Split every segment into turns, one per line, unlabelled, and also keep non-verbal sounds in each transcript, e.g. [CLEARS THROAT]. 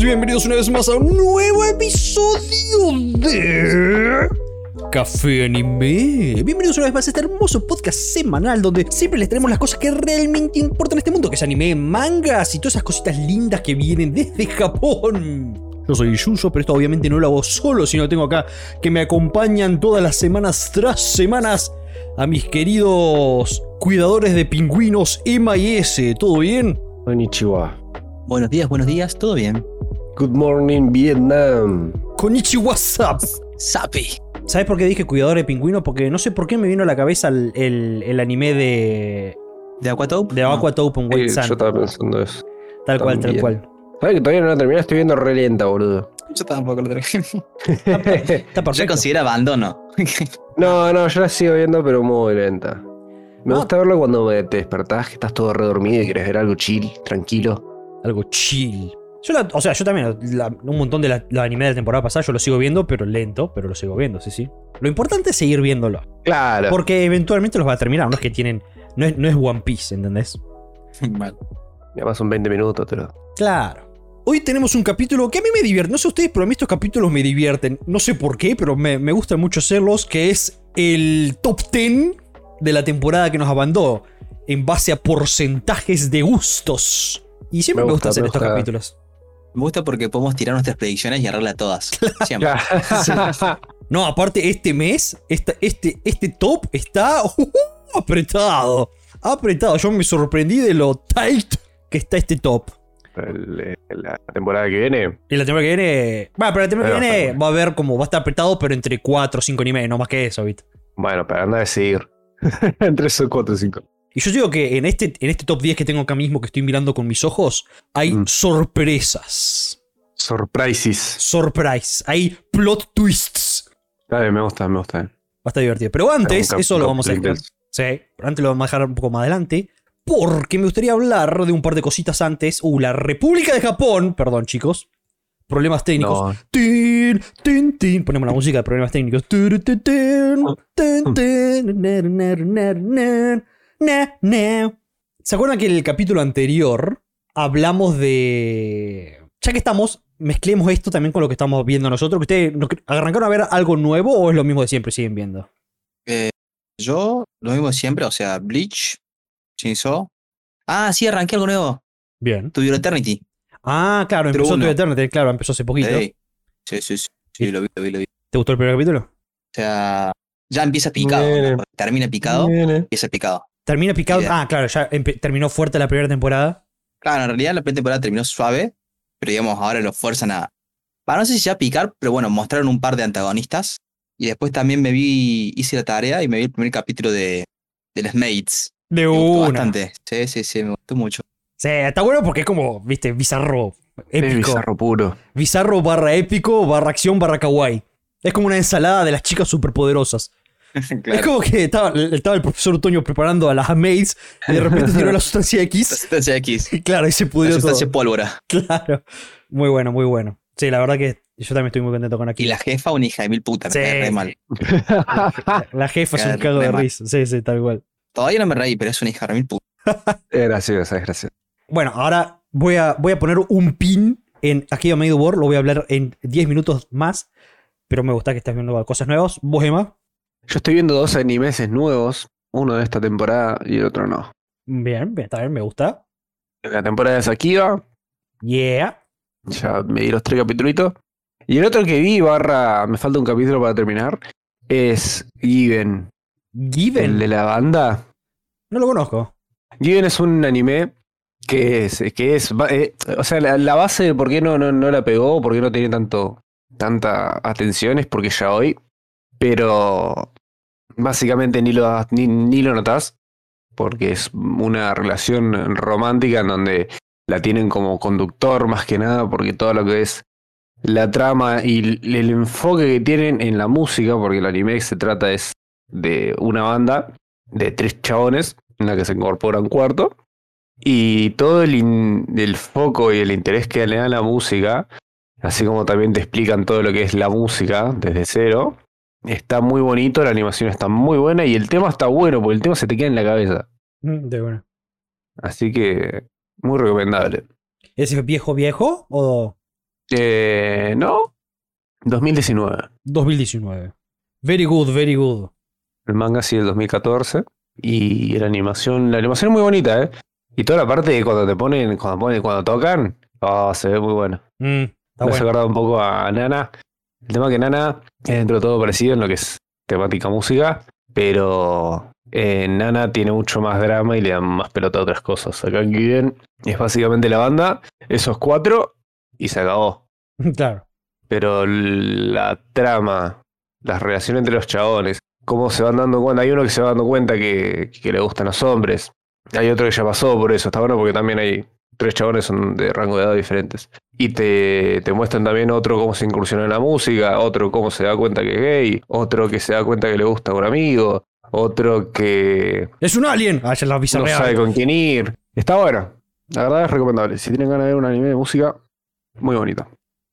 bienvenidos una vez más a un nuevo episodio de Café Anime. Bienvenidos una vez más a este hermoso podcast semanal donde siempre les traemos las cosas que realmente importan en este mundo, que es anime, mangas y todas esas cositas lindas que vienen desde Japón. Yo soy Yuso, pero esto obviamente no lo hago solo, sino tengo acá que me acompañan todas las semanas tras semanas a mis queridos cuidadores de pingüinos Emma y S. ¿Todo bien?
Konnichiwa.
Buenos días, buenos días, todo bien.
Good morning, Vietnam.
Konnichiwa WhatsApp.
Sapi.
¿Sabes por qué dije cuidador de pingüino? Porque no sé por qué me vino a la cabeza el, el- el anime de,
¿De Aquatope?
de
No.
Aquatope en White
Sí,
Sun.
Ah, eh, yo estaba pensando eso.
Tal cual, tal
también.
cual.
¿Sabes que todavía no la terminé? Estoy viendo re lenta, [LAUGHS] boludo.
Yo tampoco lo traje. [LAUGHS]
Está
Yo
perfecto.
considero abandono.
no, no, yo la sigo viendo, pero muy lenta. Me
Ah.
gusta verlo cuando me- te despertás, que estás todo redormido y querés ver algo chill, tranquilo.
Algo chill. Yo la- o sea, yo también, la- un montón de la- los animes de la temporada pasada, yo lo sigo viendo, pero lento, pero lo sigo viendo, sí, sí. Lo importante es seguir viéndolo.
Claro.
Porque eventualmente los va a terminar, no es que tienen. No es, no es One Piece, ¿entendés?
Mal.
Ya más son 20 minutos, pero.
Claro. Hoy tenemos un capítulo que a mí me divierte. No sé ustedes, pero a mí estos capítulos me divierten. No sé por qué, pero me, me gusta mucho hacerlos. Que es el top 10 de la temporada que nos abandonó. En base a porcentajes de gustos. Y siempre me,
Me
gusta,
gusta,
hacer
me
estos
gusta.
capítulos.
Me gusta porque podemos tirar nuestras predicciones y arregla todas. Siempre.
No, aparte, este mes, esta- este, este top está [LAUGHS] uh, apretado. Apretado. Yo me sorprendí de lo tight que está este top.
[LAUGHS] El- la temporada que viene.
Y la temporada que viene. Bueno, pero la temporada que
Ahí va a
viene
estar,
va a haber como. Va a estar apretado, pero entre 4 o 5 animes, no más que eso, ¿viste?
Bueno, para andar a decidir. [LAUGHS] Entre esos 4 y 5.
Y yo digo que en este, en este top 10 que tengo acá mismo, que estoy mirando con mis ojos, hay
Mm.
sorpresas.
Surprises.
Surprise. Hay plot twists.
Dale, me gusta, me gusta.
Va a estar divertido. Pero antes,
Algún cap-
eso lo vamos a
capítulo
dejar.
intenso.
Sí, pero antes lo vamos a dejar un poco más adelante. Porque me gustaría hablar de un par de cositas antes. Uh, la República de Japón. Perdón, chicos. Problemas técnicos.
No,
Tin, tin, tin. Ponemos la música de problemas técnicos. Turu, tin, tin,
Ah. Mm.
tin, tin, ner, ner, ner, ner, na, na. ¿Se acuerdan que en el capítulo anterior hablamos de. Ya que estamos, mezclemos esto también con lo que estamos viendo nosotros. que ¿Ustedes no cre- arrancaron a ver algo nuevo o es lo mismo de siempre? Siguen viendo.
Yo, lo mismo de siempre, o sea, Bleach, Shinso. Ah, sí, arranqué algo nuevo.
Bien.
To Your Eternity.
Ah, claro,
Pero
empezó tu
uno.
Eternity. Claro, empezó hace poquito.
Ey. Sí, sí, sí. Sí, lo vi, lo vi, lo vi.
¿Te gustó el primer capítulo?
O sea, ya empieza picado.
Bien.
¿no? Termina picado,
Viene.
empieza picado.
Termina picado.
Bien.
Ah, claro, ya empe- terminó fuerte la primera temporada.
Claro, en realidad la primera temporada terminó suave, pero digamos, ahora lo fuerzan a. Para no sé si ya picar, pero bueno, mostraron un par de antagonistas. Y después también me vi, hice la tarea y me vi el primer capítulo de, de las Mates.
De
Me gustó
una.
bastante. Sí, sí, sí, me
[LAUGHS]
gustó mucho.
Sí, está bueno porque es como, viste, bizarro, épico.
Es
bizarro.
bizarro puro.
barra épico, barra acción, barra kawaii. Es como una ensalada de las chicas superpoderosas. Es
claro.
como que estaba, estaba el profesor Toño preparando a las maids y de repente tiró la sustancia
La
X. [LAUGHS]
sustancia X.
Y claro, y se
[LAUGHS] La
pudrió todo.
sustancia pólvora.
Claro. Muy bueno, muy bueno. Sí, la verdad que yo también estoy muy contento con aquí.
Y la jefa, una hija de mil puta. Me
Sí.
cae re mal.
La jefa es un
Claro,
cago de
tema.
risa. Sí, sí, tal cual.
Todavía no me reí, pero es una hija de mil puta.
[LAUGHS] Es graciosa, es graciosa.
Bueno, ahora voy a, voy a poner un pin en aquí a Made War, lo voy a hablar en 10 minutos más, pero me gusta que estás viendo cosas nuevas. Vos, Emma.
Yo estoy viendo dos animes nuevos, uno de esta temporada y el otro no.
Bien, bien, también me gusta.
La temporada de Sakiba,
Yeah.
ya me di los tres capítulos. Y el otro que vi, barra, me falta un capítulo para terminar, es Given, el
Given.
de la banda.
No lo conozco.
Given es un anime que es, que es, va- eh, o sea, la, la base de por qué no, no, no la pegó, por qué no tiene tanto, tanta atención es porque ya hoy, pero básicamente ni lo, ni, ni lo notas, porque es una relación romántica en donde la tienen como conductor más que nada, porque todo lo que es la trama y l- el enfoque que tienen en la música, porque el anime se trata es de una banda de tres chabones en la que se incorpora un cuarto. Y todo el, in- el foco y el interés que le dan a la música, así como también te explican todo lo que es la música desde cero, está muy bonito, la animación está muy buena y el tema está bueno, porque el tema se te queda en la cabeza.
Mm, De bueno.
Así que muy recomendable.
¿Ese es viejo viejo o
Eh, no. 2019.
2019. Very good, very good.
El manga sí del 2014. Y la animación, la animación es muy bonita, ¿eh? Y toda la parte de cuando te ponen, cuando ponen, cuando tocan, oh, se ve muy buena.
Mm, está
Me hace
bueno.
acordar un poco a Nana. El tema que Nana es dentro de todo parecido en lo que es temática música, pero eh, Nana tiene mucho más drama y le dan más pelota a otras cosas. Acá en Kiden es básicamente la banda, esos cuatro, y se acabó.
[LAUGHS] Claro.
Pero la trama, las relaciones entre los chabones, cómo se van dando cuenta. Hay uno que se va dando cuenta que, que le gustan los hombres. Hay otro que ya pasó por eso. Está bueno porque también hay tres chabones son de rango de edad diferentes. Y te, te muestran también otro cómo se incursiona en la música, otro cómo se da cuenta que es gay, otro que se da cuenta que le gusta a un amigo, otro que
Es un alien. Ah, ya la
no
bizarrea.
sabe con quién ir. Está bueno. La verdad es recomendable. Si tienen ganas de ver un anime de música, muy bonito.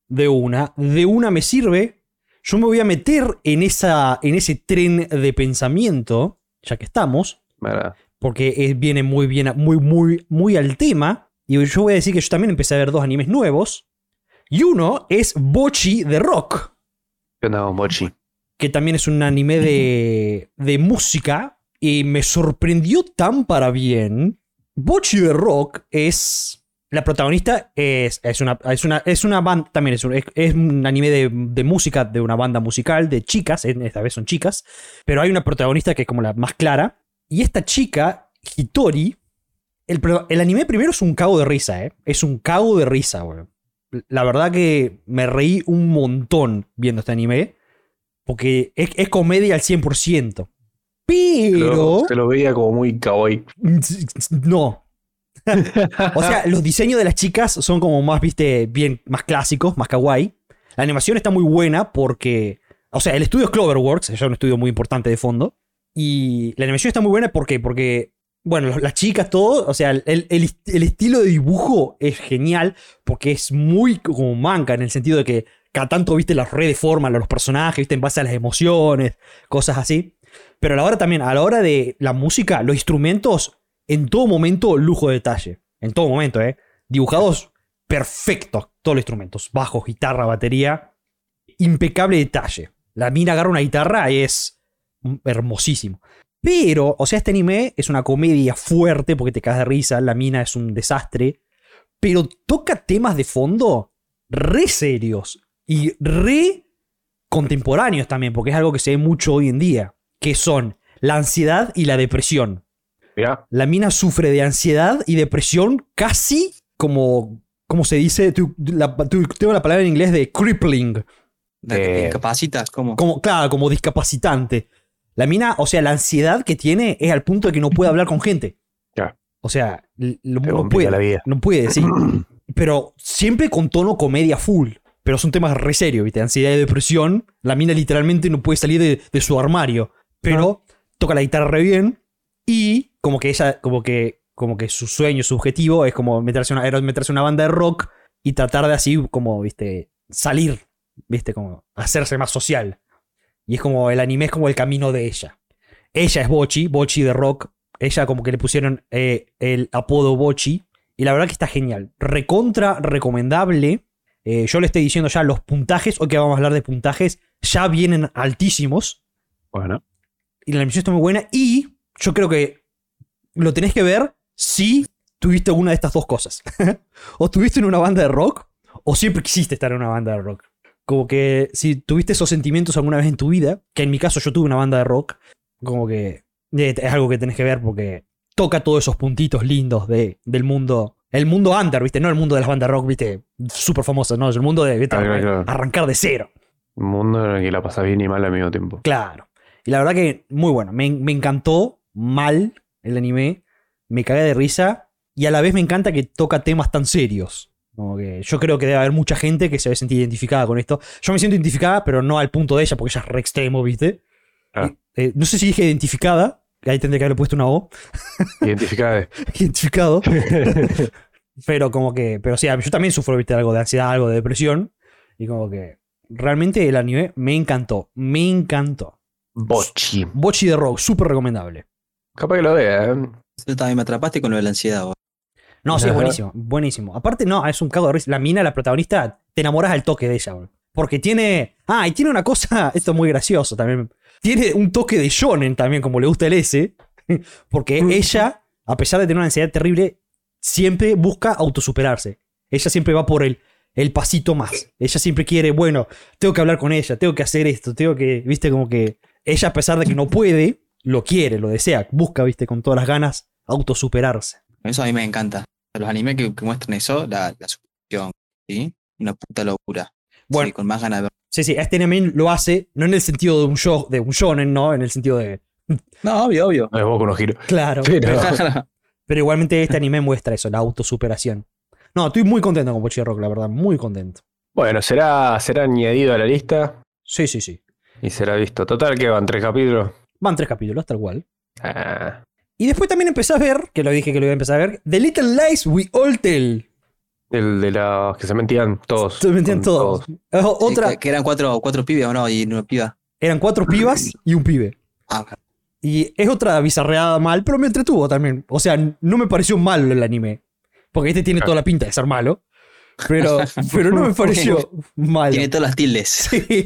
De una, de una me sirve. Yo me voy a meter en, esa, en ese tren de pensamiento, ya que estamos,
Para-
porque es- viene muy bien, a- muy, muy, muy al tema. Y yo voy a decir que yo también empecé a ver dos animes nuevos. Y uno es Bochi de Rock,
¿Qué onda con Bochi?
que también es un anime de, de música. Y me sorprendió tan para bien. Bochi de Rock es. La protagonista es, es una, es una, es una banda, también es un, es, es un anime de, de música, de una banda musical, de chicas, en- esta vez son chicas, pero hay una protagonista que es como la más clara, y esta chica, Hitori, el, pro- el anime primero es un cago de risa, ¿eh? Es un cago de risa, güey. La verdad que me reí un montón viendo este anime, porque es, es comedia al 100%. Pero...
Lo- Se lo veía como muy kawaii.
Mm, No. o sea, los diseños de las chicas son como más, viste, bien, más clásicos, más kawaii. La animación está muy buena porque. O sea, el estudio es Cloverworks, es ya un estudio muy importante de fondo. Y la animación está muy buena porque, porque bueno, los- las chicas, todo. O sea, el, el- el estilo de dibujo es genial porque es muy como manga en el sentido de que cada tanto, viste, las redeforman a los personajes, viste, en base a las emociones, cosas así. Pero a la hora también, a la hora de la música, los instrumentos en todo momento lujo de detalle. En todo momento, ¿eh? Dibujados perfectos, todos los instrumentos. Bajos, guitarra, batería. Impecable detalle. La mina agarra una guitarra y es hermosísimo. Pero, o sea, este anime es una comedia fuerte porque te caes de risa. La mina es un desastre. Pero toca temas de fondo re serios y re contemporáneos también, porque es algo que se ve mucho hoy en día, que son la ansiedad y la depresión.
Mirá,
La mina sufre de ansiedad y depresión casi como, como se dice, tu- la- tu- tengo la palabra en inglés de crippling,
La que te
Eh.
incapacitas, ¿cómo?
como, claro, como discapacitante. La mina, o sea, la ansiedad que tiene es al punto de que no puede hablar con gente.
Ya.
O sea, l- lo-
te
no
complica la
puede,
vida.
no puede,
[CLEARS THROAT]
sí. Pero siempre con tono comedia full. Pero son temas re serios, ¿viste? Ansiedad y depresión. La mina literalmente no puede salir de, de su armario. Pero toca la guitarra re bien. Y como que ella, como que, como que su sueño, su objetivo es como meterse una, era meterse en una banda de rock y tratar de así, como, ¿viste? Salir, ¿viste? Como hacerse más social. Y es como el anime es como el camino de ella. Ella es Bochi, Bochi de rock. Ella como que le pusieron eh, el apodo Bochi. Y la verdad que está genial. Recontra recomendable. Eh, yo le estoy diciendo ya los puntajes. Hoy que vamos a hablar de puntajes. Ya vienen altísimos.
Bueno,
Y la emisión está muy buena. Y yo creo que lo tenés que ver si tuviste alguna de estas dos cosas. [LAUGHS] o tuviste en una banda de rock. O siempre quisiste estar en una banda de rock. Como que si tuviste esos sentimientos alguna vez en tu vida. Que en mi caso yo tuve una banda de rock. Como que eh, es algo que tenés que ver porque toca todos esos puntitos lindos de, del mundo. El mundo under, ¿viste? No el mundo de las bandas de rock, ¿viste? Súper famoso, ¿no? Es el mundo de ¿viste?
Claro, claro.
arrancar de cero.
un mundo en el que la pasas bien y mal al mismo tiempo.
Claro. Y la verdad que muy bueno. Me, me encantó mal el anime. Me cagué de risa. Y a la vez me encanta que toca temas tan serios. Como que yo creo que debe haber mucha gente que se va a sentir identificada con esto. Yo me siento identificada, pero no al punto de ella, porque ella es re extremo, ¿viste?
Ah.
Y, eh, no sé si dije identificada. Ahí tendría que haberle puesto una O. [LAUGHS]
Identificada.
Identificado. Pero como que, pero sí, yo también sufro, viste, algo de ansiedad, algo de depresión. Y como que realmente el anime me encantó. Me encantó.
Bochi.
Bochi de Rock, súper recomendable.
Capaz que lo vea, ¿eh?
Tú también me atrapaste con lo de la ansiedad, vos.
No, sí, es
Ajá.
buenísimo, buenísimo. Aparte, no, es un cago de risa. La mina, la protagonista, te enamoras al toque de ella, bro. Porque tiene. Ah, y tiene una cosa. [LAUGHS] Esto es muy gracioso también. Tiene un toque de shonen también, como le gusta el S. [LAUGHS] Porque ella, a pesar de tener una ansiedad terrible, siempre busca autosuperarse. Ella siempre va por el, el pasito más. Ella siempre quiere, bueno, tengo que hablar con ella, tengo que hacer esto, tengo que. Viste, como que. Ella, a pesar de que no puede, lo quiere, lo desea. Busca, viste, con todas las ganas, autosuperarse.
Eso a mí me encanta. Los animes que, que muestran eso, la, la superación, ¿sí? Una puta locura.
Bueno.
Sí, con más ganas de ver.
Sí, sí, este anime lo hace, no en el sentido de un show, de un shonen, no, en el sentido de.
No, obvio, [LAUGHS] obvio.
No es vos con los giros.
Claro.
Pero-
Pero igualmente este anime muestra eso, la autosuperación. No, estoy muy contento con Pochi Rock, la verdad, muy contento.
Bueno, será, será añadido a la lista
Sí, sí, sí.
y será visto. Total, que van tres capítulos.
Van tres capítulos, tal cual.
Ah,
Y después también empecé a ver, que lo dije que lo iba a empezar a ver, The Little Lies We All Tell.
el de los que se mentían todos.
Se mentían
Con
todos. O-
Sí,
Otra,
Eh, que, que eran cuatro, cuatro pibes o no, y una piba.
eran cuatro pibas y un pibe.
Ah,
Y es otra bizarreada mal, pero me entretuvo también. O sea, no me pareció malo el anime. Porque este tiene toda la pinta de ser malo. Pero, pero no me pareció malo. [LAUGHS]
tiene todas las tildes.
Sí.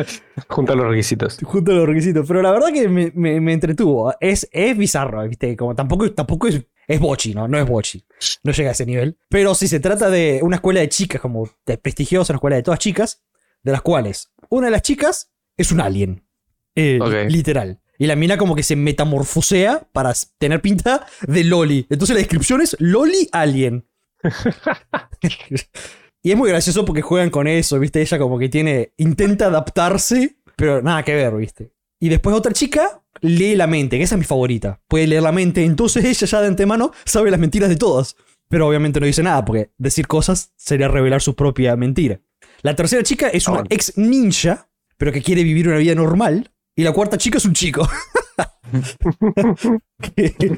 [LAUGHS] Junta los requisitos.
Junto a los requisitos. Pero la verdad que me, me- me entretuvo. Es, es bizarro, ¿viste? Como tampoco, tampoco es, es bochi, ¿no? No es bochi. No llega a ese nivel. Pero si se trata de una escuela de chicas, como de prestigiosa, una escuela de todas chicas, de las cuales una de las chicas es un alien. Eh,
Ok.
Literal. Y la mina como que se metamorfosea para s- tener pinta de Loli. Entonces la descripción es Loli Alien. y es muy gracioso porque juegan con eso, ¿viste? Ella como que tiene. intenta adaptarse, pero nada que ver, ¿viste? Y después otra chica lee la mente, que esa es mi favorita. Puede leer la mente, entonces [LAUGHS] ella ya de antemano sabe las mentiras de todas. Pero obviamente no dice nada, porque decir cosas sería revelar su propia mentira. La tercera chica es una
Ahora.
ex ninja, pero que quiere vivir una vida normal. Y la cuarta chica es un chico. [LAUGHS] Que,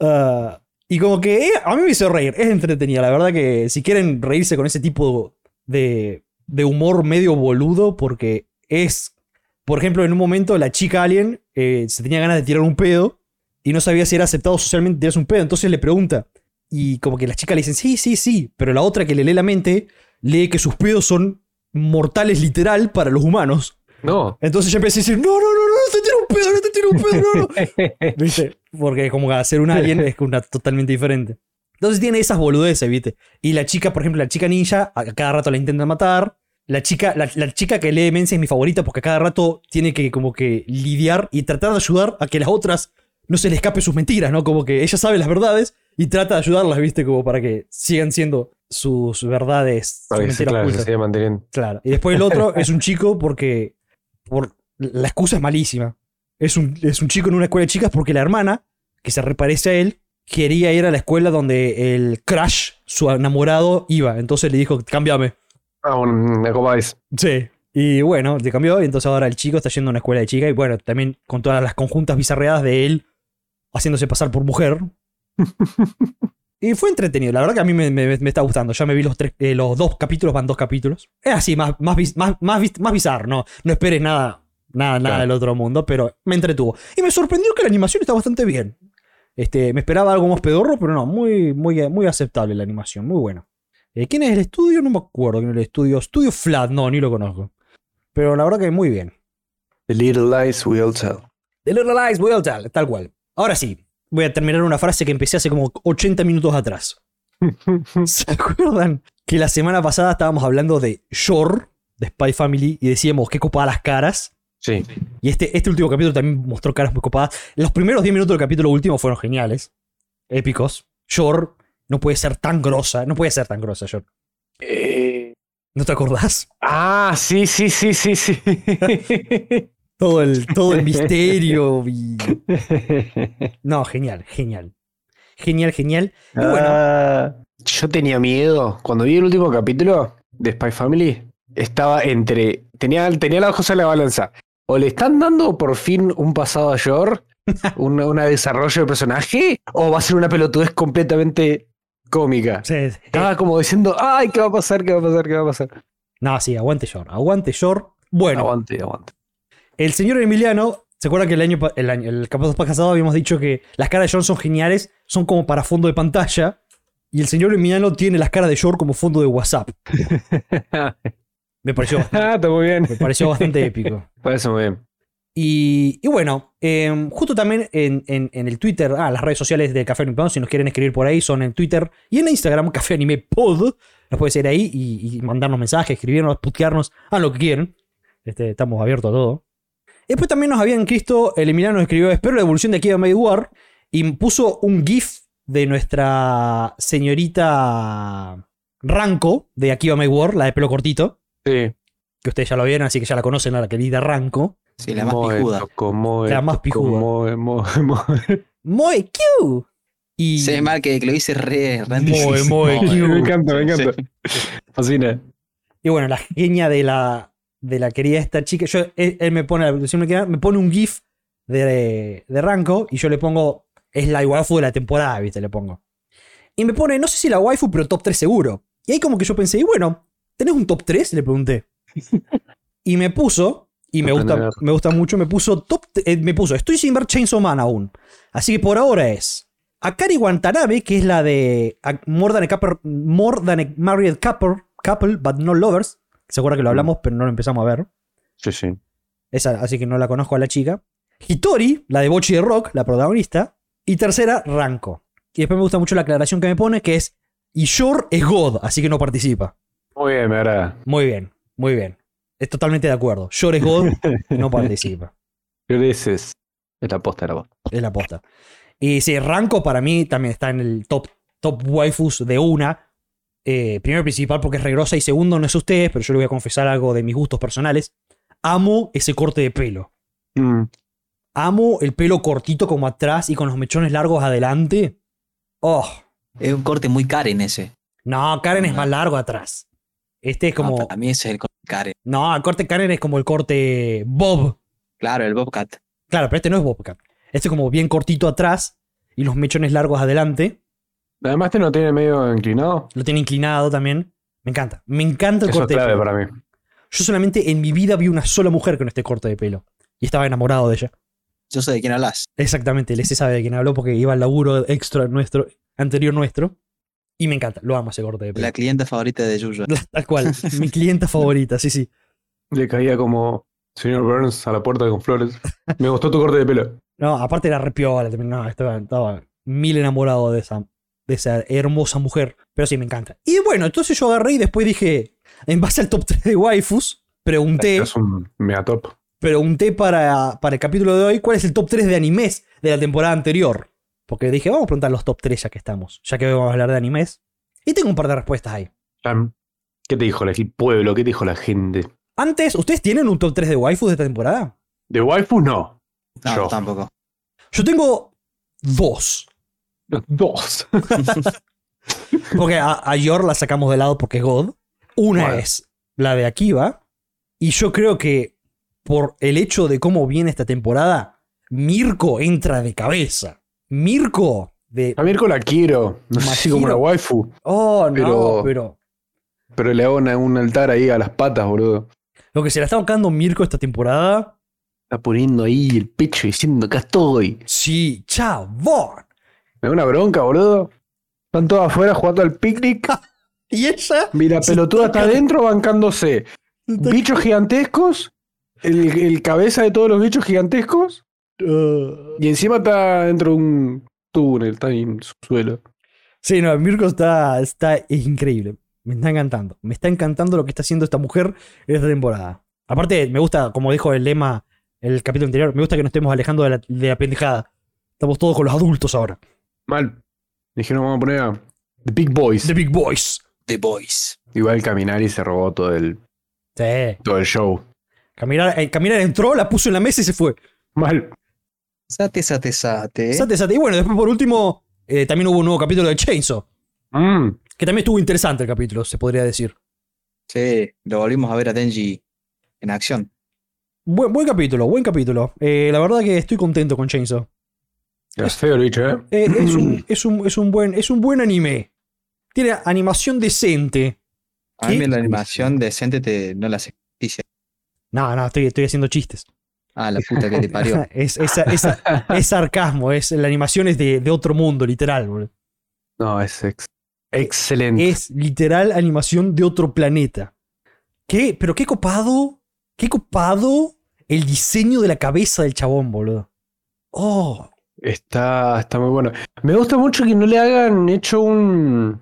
ah, y como que eh, a mí me hizo reír, es entretenida. La verdad que si quieren reírse con ese tipo de, de humor medio boludo, porque es, por ejemplo, en un momento la chica alien eh, se tenía ganas de tirar un pedo y no sabía si era aceptado socialmente tirarse un pedo, entonces le pregunta. Y como que la chica le dicen, sí, sí, sí, pero la otra que le lee la mente lee que sus pedos son mortales literal para los humanos. [LAUGHS]
No.
Entonces yo empecé a decir, no, no, no, no, no te tiro un pedo, no te tiro un pedo, no, no. [LAUGHS] ¿Viste? Porque como hacer un alien es una totalmente diferente. Entonces tiene esas boludeces, ¿viste? Y la chica, por ejemplo, la chica ninja, a a cada rato la intentan matar. La chica, la, la chica que lee Mensa es mi favorita porque a cada rato tiene que como que lidiar y tratar de ayudar a que las otras no se les escape sus mentiras, ¿no? Como que ella sabe las verdades y trata de ayudarlas, ¿viste? Como para que sigan siendo sus verdades, sus
Para que se,
mentiras
claro, se
ocultas.
siga manteniendo.
Claro. Y después el otro es un chico porque. Por, la excusa es malísima. Es un, es un chico en una escuela de chicas porque la hermana, que se reparece a él, quería ir a la escuela donde el Crash, su enamorado, iba. Entonces le dijo, cámbiame.
Ah, una copa es.
Sí. Y bueno, le cambió. Y entonces ahora el chico está yendo a una escuela de chicas. Y bueno, también con todas las conjuntas bizarreadas de él haciéndose pasar por mujer. y fue entretenido. La verdad que a mí me, me- me está gustando. Ya me vi los, tres, eh, los dos capítulos, van dos capítulos. Es así, más, más, biz- más, más, biz- más bizarro. No, no esperes nada, nada, nada
Claro.
del otro mundo, pero me entretuvo. Y me sorprendió que la animación está bastante bien. Este, me esperaba algo más pedorro, pero no, muy, muy, muy aceptable la animación, muy buena. Eh, ¿Quién es el estudio? No me acuerdo quién es el estudio. Studio Flat, no, ni lo conozco. Pero la verdad que muy bien.
The Little Lies We All Tell.
The Little Lies Will Tell, tal cual. Ahora sí, voy a terminar una frase que empecé hace como 80 minutos atrás. ¿Se acuerdan que la semana pasada estábamos hablando de Shore, de Spy Family, y decíamos qué copadas las caras?
sí.
Y este, este último capítulo también mostró caras muy copadas. Los primeros 10 minutos del capítulo último fueron geniales, épicos. Shore no puede ser tan grosa, no puede ser tan grosa, Shore.
Eh,
¿No te acordás?
ah, sí, sí, sí, sí, sí.
Todo el, todo el misterio y... No, genial, genial. Genial, genial. Y bueno,
Ah, yo tenía miedo. Cuando vi el último capítulo de Spy Family, estaba entre. Tenía, tenía las cosas en la balanza. O le están dando por fin un pasado a Yor, un, un desarrollo de personaje, o va a ser una pelotudez completamente cómica.
se- se-
Estaba como diciendo, ay, ¿qué va a pasar? ¿Qué va a pasar? ¿Qué va a pasar?
No, sí, aguante Shore, aguante Shore. Bueno,
Aguante, aguante. [LAUGHS]
el señor Emiliano, ¿se acuerda que el año, pa- el año, el capítulo pasado habíamos dicho que las caras de John son geniales, son como para fondo de pantalla? Y el señor Emiliano tiene las caras de Shore como fondo de WhatsApp. Me pareció,
ah, está muy bien.
[LAUGHS] me pareció bastante épico.
Parece muy bien.
Y, y bueno, em, justo también en, en- en el Twitter, ah, las redes sociales de Café Anime Pod, si nos quieren escribir por ahí, son en Twitter y en Instagram, Café Anime Pod. Nos pueden ir ahí y, y mandarnos mensajes, escribirnos, putearnos, hagan lo que quieran. Este, estamos abiertos a todo. Después también nos habían escrito, el Emiliano nos escribió, espero la evolución de aquí a Made War, y puso un GIF de nuestra señorita Ranco de Akiba Made War, la de pelo cortito,
Sí.
que ustedes ya lo vieron, así que ya la conocen, a la querida Ranco.
Sí, la más pijuda.
La más pijuda.
[LAUGHS]
Moe Q. Y
Se ve mal que, que lo hice re, re [LAUGHS]
Moe,
difícil.
moe,
Moe.
Q.
Me encanta, me encanta.
Sí.
Fascina.
Y bueno, la genia de la, de la querida esta chica. Yo, él, él me pone la evolución mecánica, me pone un GIF de, de Ranco y yo le pongo. Es la waifu de la temporada, ¿viste? Le pongo. Y me pone, no sé si la waifu, pero top 3 seguro. Y ahí como que yo pensé, y bueno, ¿tenés un top 3? Le pregunté. Y me puso, y me gusta,
Sorprendedor.
me gusta mucho, me puso top. eh, me puso, estoy sin ver Chainsaw Man aún. Así que por ahora es. Akari Watanabe, que es la de a- More Than a, Couple- More Than a Married Couple, Couple, but No Lovers. Se acuerda que lo hablamos, pero no lo empezamos a ver.
Sí, sí.
Esa, así que no la conozco a la chica. Hitori, la de Bochi de Rock, la protagonista. Y tercera, Ranko. Y después me gusta mucho la aclaración que me pone, que es, y Shore es God, así que no participa.
Muy bien, me agrada.
Muy bien, muy bien. Es totalmente de acuerdo. Shore es God, [LAUGHS] no
[LAUGHS]
participa.
Creces. Es la posta, la posta.
Es la posta. Y sí, Ranko para mí también está en el top, top waifus de una. Eh, primero y principal porque es regrosa y segundo, no es ustedes, pero yo le voy a confesar algo de mis gustos personales. Amo ese corte de pelo.
Mm.
Amo el pelo cortito como atrás y con los mechones largos adelante. Oh,
Es un corte muy Karen ese. Ah,
no, Karen es más largo atrás. Este es
No,
como...
para mí ese es el corte Karen.
No, el corte Karen es como el corte Bob.
Claro, el Bobcat.
Claro, pero este no es Bobcat. Este es como bien cortito atrás y los mechones largos adelante.
Además, te no tiene medio inclinado.
Lo tiene inclinado también. Me encanta. Me encanta el
Eso es
corte de
clave
pelo.
para mí.
Yo solamente en mi vida vi una sola mujer con este corte de pelo. Y estaba enamorado de ella.
Yo sé de quién hablas.
Exactamente, les sabe de quién habló porque iba al laburo extra nuestro, anterior nuestro. Y me encanta, lo amo ese corte de pelo.
La clienta favorita de Yuyo.
[LAUGHS] Tal cual, mi clienta favorita, sí, sí.
Le caía como señor Burns a la puerta con flores. Me gustó tu corte de pelo.
No, aparte era repiola, también, no, estaba, estaba mil enamorado de esa, de esa hermosa mujer. Pero sí, me encanta. Y bueno, entonces yo agarré y después dije, en base al top 3 de waifus, pregunté...
Es un megatop.
pregunté para, para el capítulo de hoy cuál es el top 3 de animes de la temporada anterior. Porque dije, vamos a preguntar los top 3 ya que estamos, ya que hoy vamos a hablar de animes. Y tengo un par de respuestas ahí.
Chan. ¿Qué te dijo la- el pueblo? ¿Qué te dijo la gente?
Antes, ¿ustedes tienen un top 3 de waifus de esta temporada?
De waifu no.
No,
Yo.
tampoco.
Yo tengo dos.
Los Dos. [LAUGHS]
Porque a, a Yor la sacamos de lado porque es God. Una
Bueno.
es la de Akiba. Y yo creo que por el hecho de cómo viene esta temporada, Mirko entra de cabeza. Mirko de...
A Mirko la quiero. No sé si como
Imagino.
una waifu,
Oh, no,
Pero-
pero
pero le hago una- un altar ahí a las patas, boludo.
Lo que se la está bancando Mirko esta temporada.
Está poniendo ahí el pecho diciendo acá estoy.
Sí, chabón.
Me da una bronca, boludo. Están todos afuera jugando al picnic.
Y ella. [LAUGHS]
Mira,
Se
pelotuda
está
está adentro bancándose. Bichos gigantescos. El, el cabeza de todos los bichos gigantescos.
Uh,
Y encima está dentro de un túnel, está ahí en su suelo.
Sí, no, Mirko está, está. Es increíble. Me está encantando. Me está encantando lo que está haciendo esta mujer en esta temporada. Aparte, me gusta, como dijo el lema en el capítulo anterior, me gusta que nos estemos alejando de la, de la pendejada. Estamos todos con los adultos ahora.
Mal. Dijeron, vamos a poner a The Big Boys.
The Big Boys.
The Boys.
Igual caminar y se robó todo el,
Sí.
todo el show.
Caminar, eh, Caminar entró, la puso en la mesa y se fue.
Mal.
Sate, sate, sate.
Sate, sate. Y bueno, después por último, eh, también hubo un nuevo capítulo de Chainsaw.
Mm,
Que también estuvo interesante el capítulo, se podría decir.
Sí, lo volvimos a ver a Denji en acción.
Buen, buen capítulo, buen capítulo. Eh, la verdad que estoy contento con Chainsaw.
es feo el bicho, ¿eh?
Eh, es,
[CLEARS THROAT]
un, es, un, es un buen, es un buen anime. Tiene animación decente.
A mí
¿Qué?
la animación decente te, no la hace justicia.
No, no, estoy, estoy haciendo chistes.
Ah, la puta
[LAUGHS]
que te parió.
Es, es- es- es sarcasmo, es, la animación es de, de otro mundo, literal. boludo.
[CLEARS THROAT] No, es ex.
Mm.
Excelente.
Es literal animación de otro planeta. ¿Qué? Pero qué copado. Qué copado el diseño de la cabeza del chabón, boludo. Oh,
Está, está muy bueno. Me gusta mucho que no le hagan hecho un.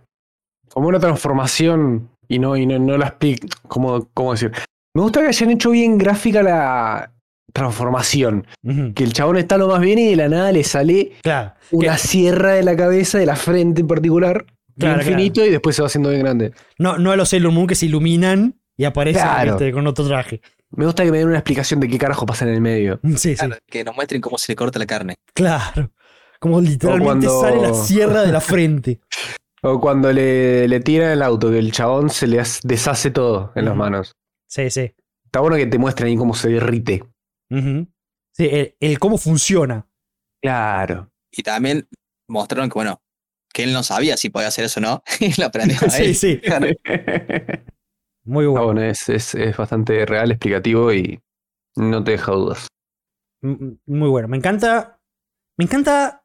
como una transformación y no, y no, no la explique. ¿Cómo, cómo decir? Me gusta que hayan hecho bien gráfica la transformación.
ujú,
Que el chabón está lo más bien y de la nada le sale
claro.
una sierra de la cabeza, de la frente en particular,
Claro,
bien finito y después se va haciendo bien grande.
No, no a los Sailor Moon que se iluminan y aparecen
Claro.
viste, con otro traje. [LAUGHS]
Me gusta que me den una explicación de qué carajo pasa en el medio.
Sí, sí,
Claro, que nos muestren cómo se le corta la carne.
claro. Como literalmente
cuando-
sale la sierra de la frente.
O cuando le, le tiran el auto, que el chabón se le hace- deshace todo en las
Ujú.
manos.
Sí, sí.
Está bueno que te muestren ahí cómo se derrite.
Ujú. Sí, el, el cómo funciona. [LAUGHS]
Claro.
Y también mostraron que, bueno, que él no sabía si podía hacer eso o no. [LAUGHS] Y lo aprendió
[LAUGHS]
a
Sí,
él.
sí.
Está
Muy bueno.
Ah, bueno, es, es- es bastante real, explicativo y no te deja dudas.
M- Muy bueno. Me encanta. Me encanta.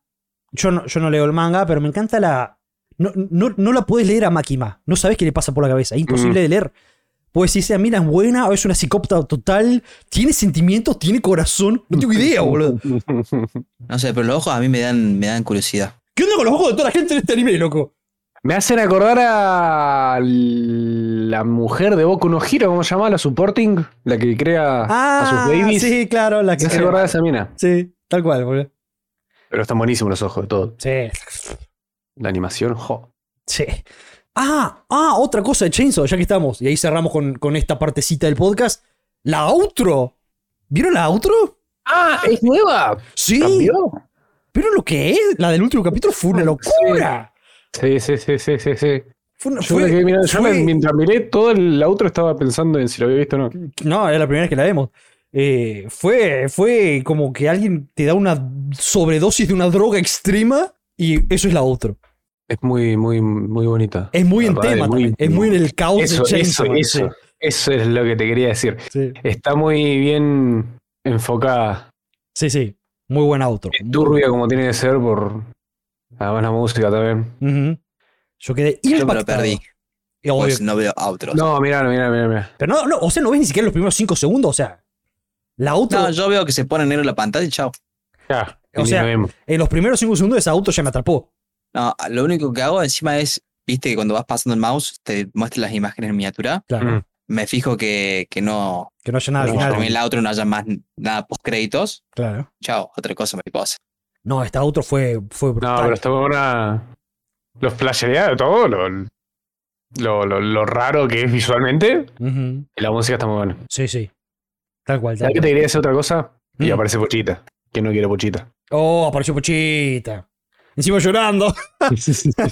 Yo no, yo no leo el manga, pero me encanta la. No, no, no la puedes leer a Makima. No sabes qué le pasa por la cabeza. Es imposible de leer. Puedes decir, esa mina es buena o es una psicópata total. Tiene sentimientos, tiene corazón. No tengo idea, boludo.
No sé, pero los ojos a mí me dan, me dan curiosidad.
¿Qué onda con los ojos de toda la gente en este anime, loco?
[LAUGHS] Me hacen acordar a la mujer de Boku no Hero, ¿cómo se llama? La supporting, la que crea a sus babies.
Ah, sí, claro. La
Me hace acordar a esa mina.
Sí, tal cual, boludo.
Pero están buenísimos los ojos de todo.
Sí,
La animación, jo.
sí. Ah, ah, otra cosa de Chainsaw, ya que estamos. Y ahí cerramos con, con esta partecita del podcast. La outro. ¿Vieron la outro?
¡Ah! ¡Es nueva!
Sí.
¿Cambió?
Pero lo que es, la del último capítulo fue una locura.
Sí, sí, sí, sí, sí, sí.
Fue una-
Yo,
fue-
me quedé mirando- yo
fue-
me- mientras miré todo el otro estaba pensando en si lo había visto o no.
No, es la primera vez que la vemos. Eh, fue, fue como que alguien te da una sobredosis de una droga extrema y eso es la otra.
Es muy, muy, muy bonita.
Es muy en
La verdad,
tema
es muy-
también. Es muy en el caos
Eso,
de
eso,
Chainsaw Man,
eso, eso es lo que te quería decir.
Sí,
Está muy bien enfocada.
sí, sí, sí. Muy buen outro.
Es turbia como tiene que ser por. Además la música también.
Ujú. Yo quedé
Yo
impactado.
me lo perdí.
Y obvio-
Pues no veo outros. No,
No, mirá, mirá, mirá, mirá.
pero no, no, o sea, no ves ni siquiera los primeros cinco segundos, o sea. La outro,
yo veo que se pone negro la pantalla y chao.
Ya,
O
ni
sea-
lo vemos.
en los primeros cinco segundos esa auto ya me atrapó.
No, lo único que hago encima es, viste que cuando vas pasando el mouse te muestra las imágenes en miniatura.
Claro,
Mm.
Me fijo que, que no,
que no haya nada al
No,
final.
en el outro no haya más nada post créditos.
Claro.
Chao, otra cosa me pasa.
No, esta otro fue, fue
No,
brutal.
pero está buena. Los flasheados, todo, lo, lo, lo, lo raro que es visualmente.
Ujú.
Y la música está muy buena.
Sí, sí. Tal cual, tal
¿Sabes que
cual.
te quería decir otra cosa? Y
Mm.
aparece Pochita. Que no quiere
[LAUGHS]
Pochita.
Oh, apareció Pochita. Encima llorando. [LAUGHS]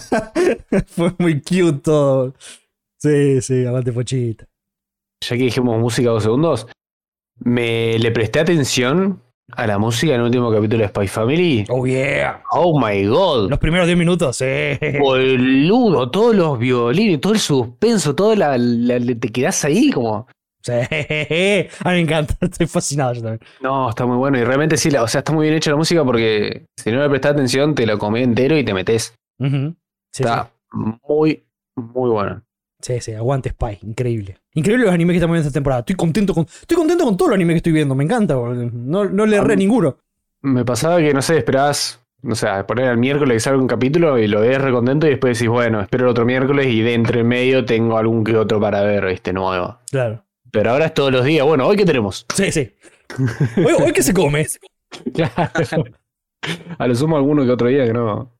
fue muy cute todo. Sí, sí, adelante Pochita.
ya que dijimos música dos segundos, me le presté atención a la música en el último capítulo de Spy Family.
Oh, yeah.
Oh my god.
Los primeros 10 minutos, sí.
Boludo, todos los violines, todo el suspenso, todo la, la- le- te quedás ahí como.
Sí. A mí me encanta. [LAUGHS] Estoy fascinado yo también.
No, está muy bueno. Y realmente sí, la- o sea, está muy bien hecha la música porque si no le prestás atención, te lo comés entero y te metes.
Ujú. Sí, sí.
Está muy, muy bueno.
Sí, sí, aguante Spy, increíble. Increíble los animes que estamos viendo esta temporada. Estoy contento con. Estoy contento con todos los animes que estoy viendo, me encanta, boludo. No, no le erré a ninguno.
Me pasaba que, no sé, esperabas, o sea, poner el miércoles que salga un capítulo y lo ves recontento y después decís, bueno, espero el otro miércoles y de entre medio tengo algún que otro para ver, este nuevo.
Claro.
Pero ahora es todos los días, bueno, hoy que tenemos.
Sí, sí. Hoy, hoy que se come.
A lo sumo alguno que otro día que no,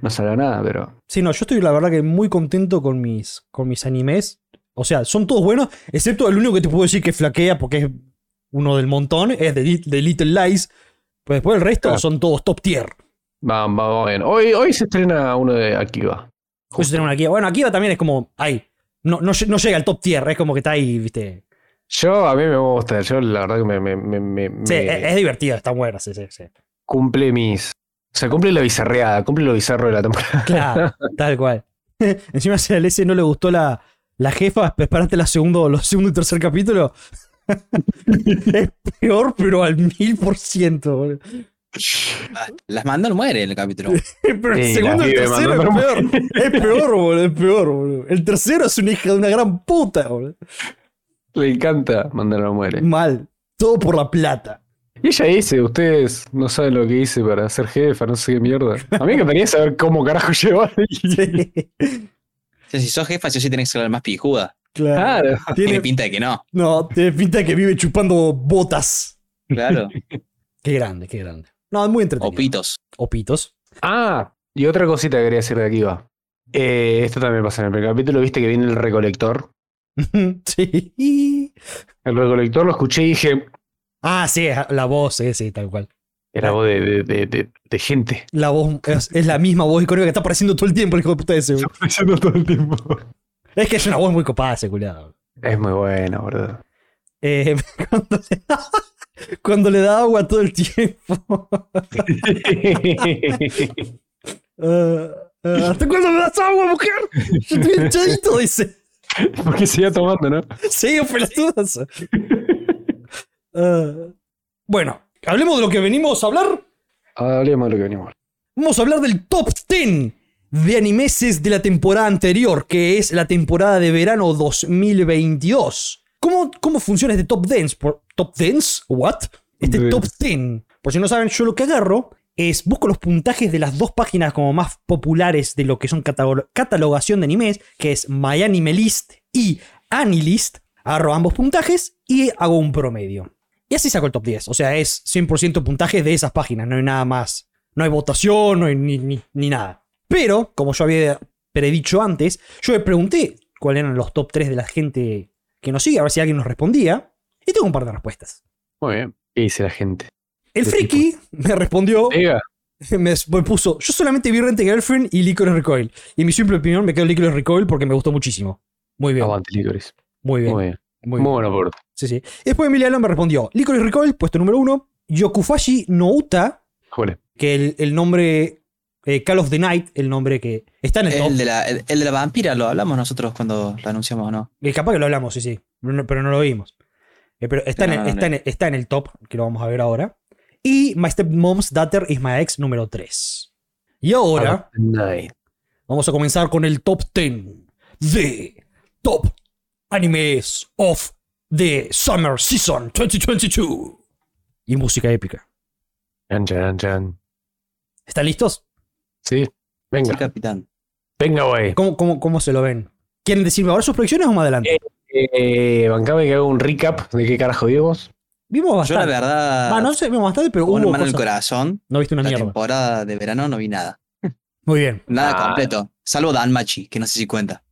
no salga nada, pero...
Sí, no, yo estoy la verdad que muy contento con mis, con mis animes. O sea, son todos buenos, excepto el único que te puedo decir que flaquea porque es uno del montón, es de, Lit- de Little Lies. Pero después el resto
Claro.
son todos top tier.
Vamos, vamos bien. Hoy, hoy se estrena uno de Akiva.
Pues tenemos una Kiva. Bueno, Akiva también es como, ay, no, no, lle- no llega al top tier, es como que está ahí, viste.
Yo, a mí me gusta, yo la verdad que me, me- me- me-
Sí, e-, eh,
me
es, es divertido, está buena, sí, sí, sí.
cumple mis... O sea, cumple la bizarreada, cumple lo bizarro de la temporada. [LAUGHS]
Claro, tal cual. [LAUGHS] Encima si al S no le gustó la, la jefa, esperaste la segundo, los segundo y tercer [LAUGHS] capítulo. es peor, pero al mil por ciento. boludo.
Ah, Las mandó muere en el capítulo.
Pero el
Sí,
segundo y el
las vive
tercero es
mandando
peor. Es peor, boludo. Es peor, boludo. El tercero es una hija de una gran puta, boludo.
Le encanta mandar a muere.
Mal. Todo por la plata.
Y ella dice, ustedes no saben lo que hice para ser jefa, no sé qué mierda. A mí me encantaría saber cómo carajo llegó ahí.
Sí,
O sea, si sos jefa, yo sí tenés que ser la más pijuda.
claro.
Claro.
Tiene
Tiene,
pinta de que no.
no, tiene pinta que vive chupando botas. [LAUGHS]
Claro.
Qué grande, qué grande. No, es muy
O
entretenido.
pitos.
O pitos.
Ah, y otra cosita que quería decir de aquí va. Eh, esto también pasa en el primer capítulo, viste que viene el recolector.
sí.
El recolector lo escuché y dije,
Ah, sí, la voz, sí, sí, tal cual.
era voz de, de- de- de- de gente.
La voz es, es la misma voz icónica que está apareciendo todo el tiempo el hijo de puta ese. boludo.
[LAUGHS] Diciendo todo el tiempo.
Es que es una voz muy copada, ese culiado.
Es muy bueno, boludo.
Eh, [LAUGHS] cuando, le da, cuando le da agua todo el tiempo. Ah, ah, ¿Hasta cuándo me das agua, mujer? Yo estoy hinchadito, dice.
[LAUGHS] Porque seguía tomando, ¿no?
Sí, pelotudas. Ah, bueno, hablemos de lo que venimos a hablar.
Hablemos de lo que venimos.
Vamos a hablar del top 10 de animeses de la temporada anterior, que es la temporada de verano 2022. ¿Cómo, cómo funciona este top 10? Por- ¿Top 10? ¿What? Este
Dance.
top 10. Por si no saben, yo lo que agarro es busco los puntajes de las dos páginas como más populares de lo que son catalog- catalogación de animes, que es MyAnimeList y Anilist. Agarro ambos puntajes y hago un promedio. Y así saco el top 10. O sea, es 100% puntajes de esas páginas, no hay nada más. No hay votación, no hay ni, ni- ni nada. Pero, como yo había predicho antes, yo le pregunté cuáles eran los top 3 de la gente que nos sigue, a ver si alguien nos respondía. Y tengo un par de respuestas.
Muy bien. ¿Qué dice la gente?
El
De
friki me respondió,
Diga.
me me puso, yo solamente vi Rent a Girlfriend y Licorice Recoil. Y mi simple opinión me quedó Licorice Recoil porque me gustó muchísimo. Muy bien,
Aguante, Licores.
muy bien,
Ah, Muy bien.
muy
Muy
bien.
bueno, por
Sí, sí. Después Emiliano me respondió, Licorice Recoil, puesto número 1, Yokufashi Nouta,
Joder.
que el, el nombre eh, Call of the Night, el nombre que está en el top,
El de, la, el, el de la vampira lo hablamos nosotros cuando lo anunciamos, ¿no?
eh, capaz que lo hablamos, sí, sí, pero no, pero no lo vimos. Eh, pero está, en
No,
el,
Ah, no,
está, en el, está en el top, que lo vamos a ver ahora. Y My Stepmom's Daughter is My Ex número 3. Y ahora
Night.
vamos a comenzar con el top 10 de Top Animes of the Summer Season 2022. Y música épica.
Chan, chan, chan.
¿Están listos?
Sí.
Sí,
Venga.
capitán.
Venga, güey.
¿Cómo, cómo, cómo se lo ven? ¿Quieren decirme ahora sus proyecciones o más adelante?
Eh, bancame que haga un recap de qué carajo vimos.
Vimos bastante.
Yo la verdad,
Va, no sé, vimos bastante, pero
con
hubo
una mano en el
cosas.
corazón,
No viste una
la
mierda.
temporada de verano no vi nada.
Muy bien.
Nada
Ah.
completo. Salvo Danmachi, que no sé si cuenta.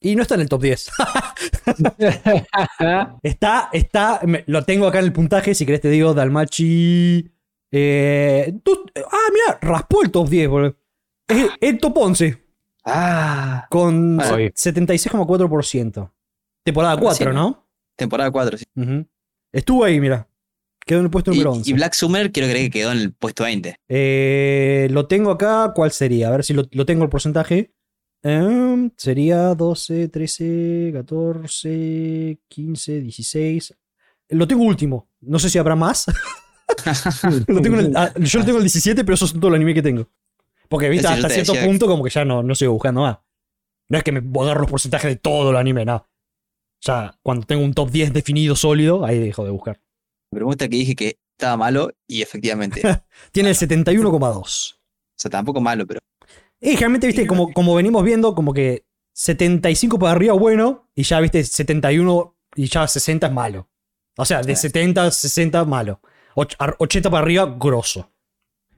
Y no está en el top 10. está, está, me- lo tengo acá en el puntaje, si querés te digo, Dalmachi. eh, tú- ah, mira, raspó el top 10, boludo. Es el top 11,
Ah.
con
Ah,
se-
oye.
76,4%. Temporada
Recién.
4, ¿no?
Temporada 4. sí.
Ujú. Estuvo ahí, mira. Quedó en el puesto
Y,
número
y
11.
Black Summer quiero creer que quedó en el puesto 20.
Eh, lo tengo acá, ¿cuál sería? A ver si lo, lo tengo el porcentaje. Em, sería 12, 13, 14, 15, 16. Lo tengo último. No sé si habrá más. [LAUGHS] Lo tengo en el- ah, yo lo tengo en el 17, pero eso es todo el anime que tengo. Porque, viste,
Sí, yo
hasta
te
cierto
decía que-
punto como que ya no, no sigo buscando más. No es que me agarro los porcentajes de todo el anime, no. O sea, cuando tengo un top 10 definido sólido, ahí dejo de buscar.
Me pregunta que dije que estaba malo
[LAUGHS]
y efectivamente.
Tiene el 71,2.
O sea, tampoco malo, pero.
Y generalmente, viste, como, como venimos viendo, como que 75 para arriba es bueno y ya, viste, 71 y ya 60 es malo. O sea, de
Sí.
70 a 60 es malo. Och- ar- 80 para arriba, grosso.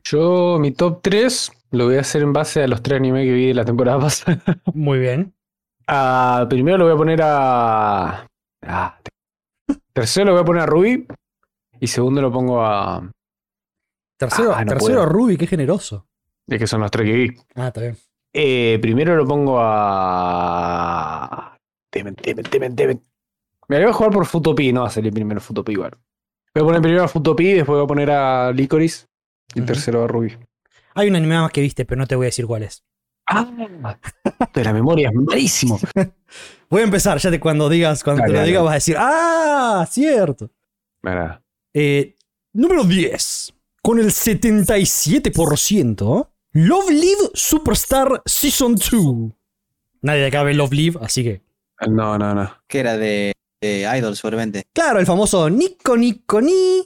Yo, mi top 3 lo voy a hacer en base a los tres animes que vi de la temporada [LAUGHS] pasada.
Muy bien.
Ah, primero lo voy a poner a. ah, te- tercero lo voy a poner a Ruby. Y segundo lo pongo a.
Tercero,
Ah, no
tercero
puedo.
Ruby, qué generoso.
Es que son los tres que vi.
Ah, está bien.
Eh, primero lo pongo a. Temen, temen, temen, temen. Me voy a jugar por Futopi, no va a salir primero Futopi igual. Voy a poner primero a Futopi, después voy a poner a Licorice y
Ujú.
tercero a Ruby.
Hay un anime más que viste, pero no te voy a decir cuál es.
[LAUGHS] ¡Ah! De la memoria es malísimo.
Voy a empezar, ya te, cuando digas, cuando te
Dale,
lo
dale.
diga vas a decir, ¡ah! Cierto.
Nada.
Eh, número 10. con el 77%, Love Live Superstar Season 2. Nadie de acá ve Love Live, así que.
No, no, no.
que era de, de Idol, seguramente.
Claro, el famoso Nico Nico Ni,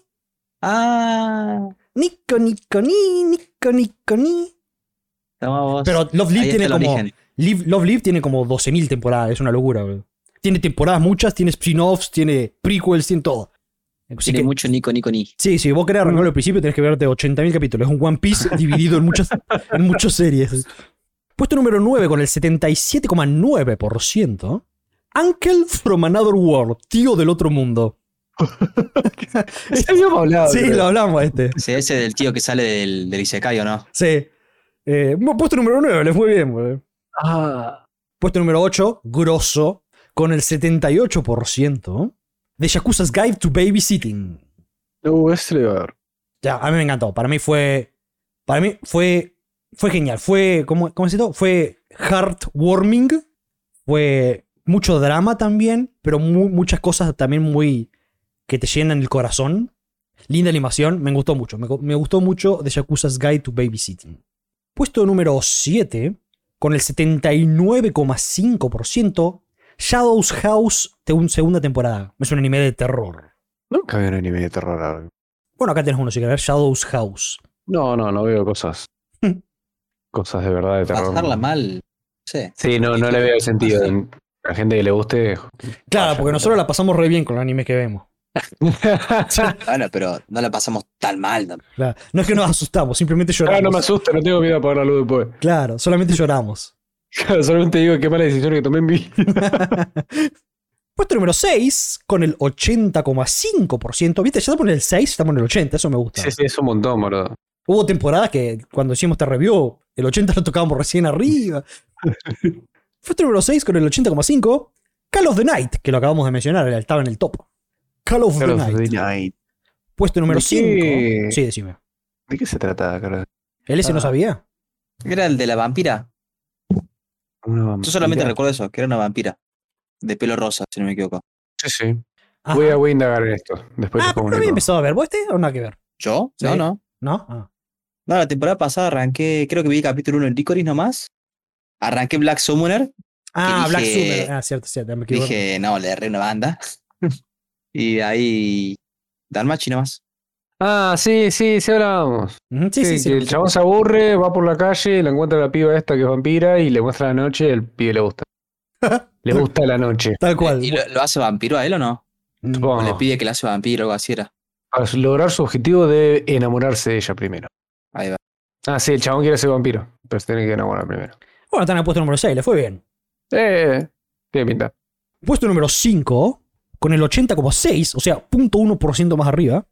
Ah,
Nico Nico Ni, Nico Nico Ni.
toma vos.
Pero Love
Ahí
Live
está
tiene
el
como.
origen.
Live- Love Live tiene como 12.000 temporadas, es una locura, bro. Tiene temporadas muchas, tiene spin-offs, tiene prequels, tiene todo. Así
Tiene
que-
mucho Nico, Nico, Ni.
Sí, sí, vos querés arrancarlo al principio, tenés que verte 80.000 capítulos. Es un One Piece dividido en muchas, en muchas series. Puesto número 9 con el 77,9%. Uncle from Another World, tío del otro mundo.
[LAUGHS] Ya habíamos hablado.
Sí,
creo.
lo hablamos este.
Sí, ese del tío que sale del, del Isekai, ¿o no?
Sí. Eh, bueno, puesto número 9, les fue bien, boludo.
Ah,
Puesto número 8, grosso, con el 78% de Yakuza's Guide to Babysitting.
no, Uh, ese lo iba a ver.
Ya, a mí me encantó. Para mí fue. Para mí fue. Fue genial. Fue. ¿Cómo, cómo es esto? Fue heartwarming. Fue mucho drama también. Pero mu- muchas cosas también muy. que te llenan el corazón. Linda animación. Me gustó mucho. Me, gu- me gustó mucho The Yakuza's Guide to Babysitting. Puesto número 7. Con el 79,5%. Shadows House, te- segunda temporada. Es un anime de terror.
Nunca vi un anime de terror. ahora.
Bueno, acá tenés uno, si querés. Shadows House.
No, no, no veo cosas. cosas de verdad de terror.
Pasarla mal. No
[LAUGHS]
sé.
Sí, no, no le veo sentido. A la gente que le guste.
Claro, porque nosotros la pasamos re bien con los animes que vemos.
Bueno, pero no la pasamos tan mal. ¿no?
Claro. No es que nos asustamos, simplemente
Ah, no me
lloramos.
asusta, no tengo miedo a apagar la luz después. [LAUGHS]
Claro, solamente lloramos.
Claro, solamente digo qué mala decisión que tomé en mi vida.
Puesto número 6, con el 80,5%. Viste, ya estamos en el 6, estamos en el 80, eso me gusta.
Sí, sí, es un montón, boludo.
Hubo temporadas que cuando hicimos esta review, el 80 lo tocábamos recién
[LAUGHS]
arriba. Puesto número 6, con el 80,5%. Call of the Night, que lo acabamos de mencionar, estaba en el top. Call of the Night. Puesto número
¿De
5.
qué?
Sí, decime.
¿De qué se trataba, cara?
¿El S no
Ah.
sabía?
Era el de la vampira. Yo solamente recuerdo eso, que era una vampira. De pelo rosa, si no me equivoco.
Sí, sí.
Ajá.
Voy a, voy a indagar en esto. Después
Ah, pero
te
no
comunico.
había empezado a ver. ¿Vos este o nada que ver?
¿Yo?
Sí.
No, no.
¿No? Ah.
No, la temporada pasada arranqué, creo que vi capítulo 1 en Licorice nomás. Arranqué Black Summoner.
Ah,
dije-
Black Summer. Ah, cierto, cierto. Me equivoco.
Dije, no, le erré
[LAUGHS]
una banda. y de ahí. Dalmachi nomás.
Ah, sí, sí, sí hablábamos.
Ujú, sí, sí, sí.
que el chabón se aburre, va por la calle, la encuentra la piba esta que es vampira y le muestra la noche y el pibe
[LAUGHS]
le gusta. le gusta la noche.
Tal cual.
¿Y lo, lo hace vampiro a él o no?
Mm,
O le
Supongo.
pide que le hace vampiro o algo así era.
Para su- lograr su objetivo de enamorarse de ella primero.
Ahí va.
Ah, sí, el chabón quiere ser vampiro, pero se tiene que enamorar primero.
Bueno, están en el puesto número 6, le fue bien.
Eh, tiene pinta.
Puesto número 5, con el 80,6, o sea, 0.1% más arriba.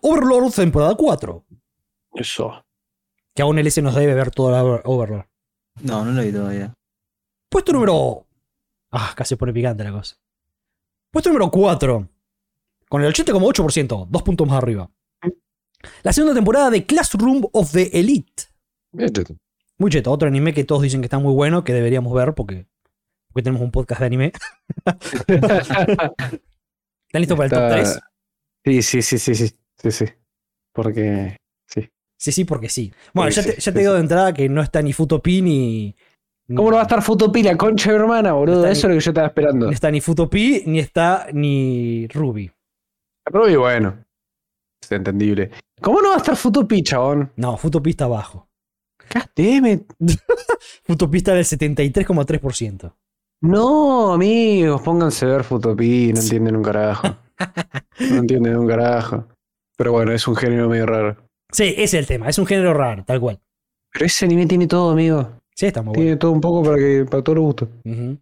Overlord temporada 4.
Eso.
Que aún el S nos debe ver toda la Over- Overlord.
No, no lo vi todavía.
Puesto número. Ah, casi se pone picante la cosa. Puesto número 4. Con el 80,8%, dos puntos más arriba.
Mm.
La segunda temporada de Classroom of the Elite.
Este
Muy cheto, otro anime que todos dicen que está muy bueno, que deberíamos ver porque, porque tenemos un podcast de anime. [LAUGHS] ¿Están listos para el top
Está-
3?
Sí, sí, sí, sí, sí. Sí, sí. Porque.
Sí, sí, porque sí. Bueno,
Sí,
ya,
sí,
te, ya
sí,
te digo
sí.
de entrada que no está ni Futopi ni.
¿Cómo no va a estar Fotopila, concha de hermana, boludo?
Está
Eso es lo que yo estaba esperando.
No está ni Futopi, ni está ni Ruby.
Ruby, bueno. Es entendible. ¿Cómo no va a estar Futopi, chabón?
No, Futopi está abajo.
Casteme.
Futopi está en el 73,3%.
No, amigos, pónganse a ver Futopi, no entienden un carajo. No entienden un carajo. Pero bueno, es un género medio raro.
Sí, ese es el tema. Es un género raro, tal cual.
Pero ese anime tiene todo, amigo.
Sí, está muy bueno.
Tiene todo un poco para que para todo lo gusto.
Ujú.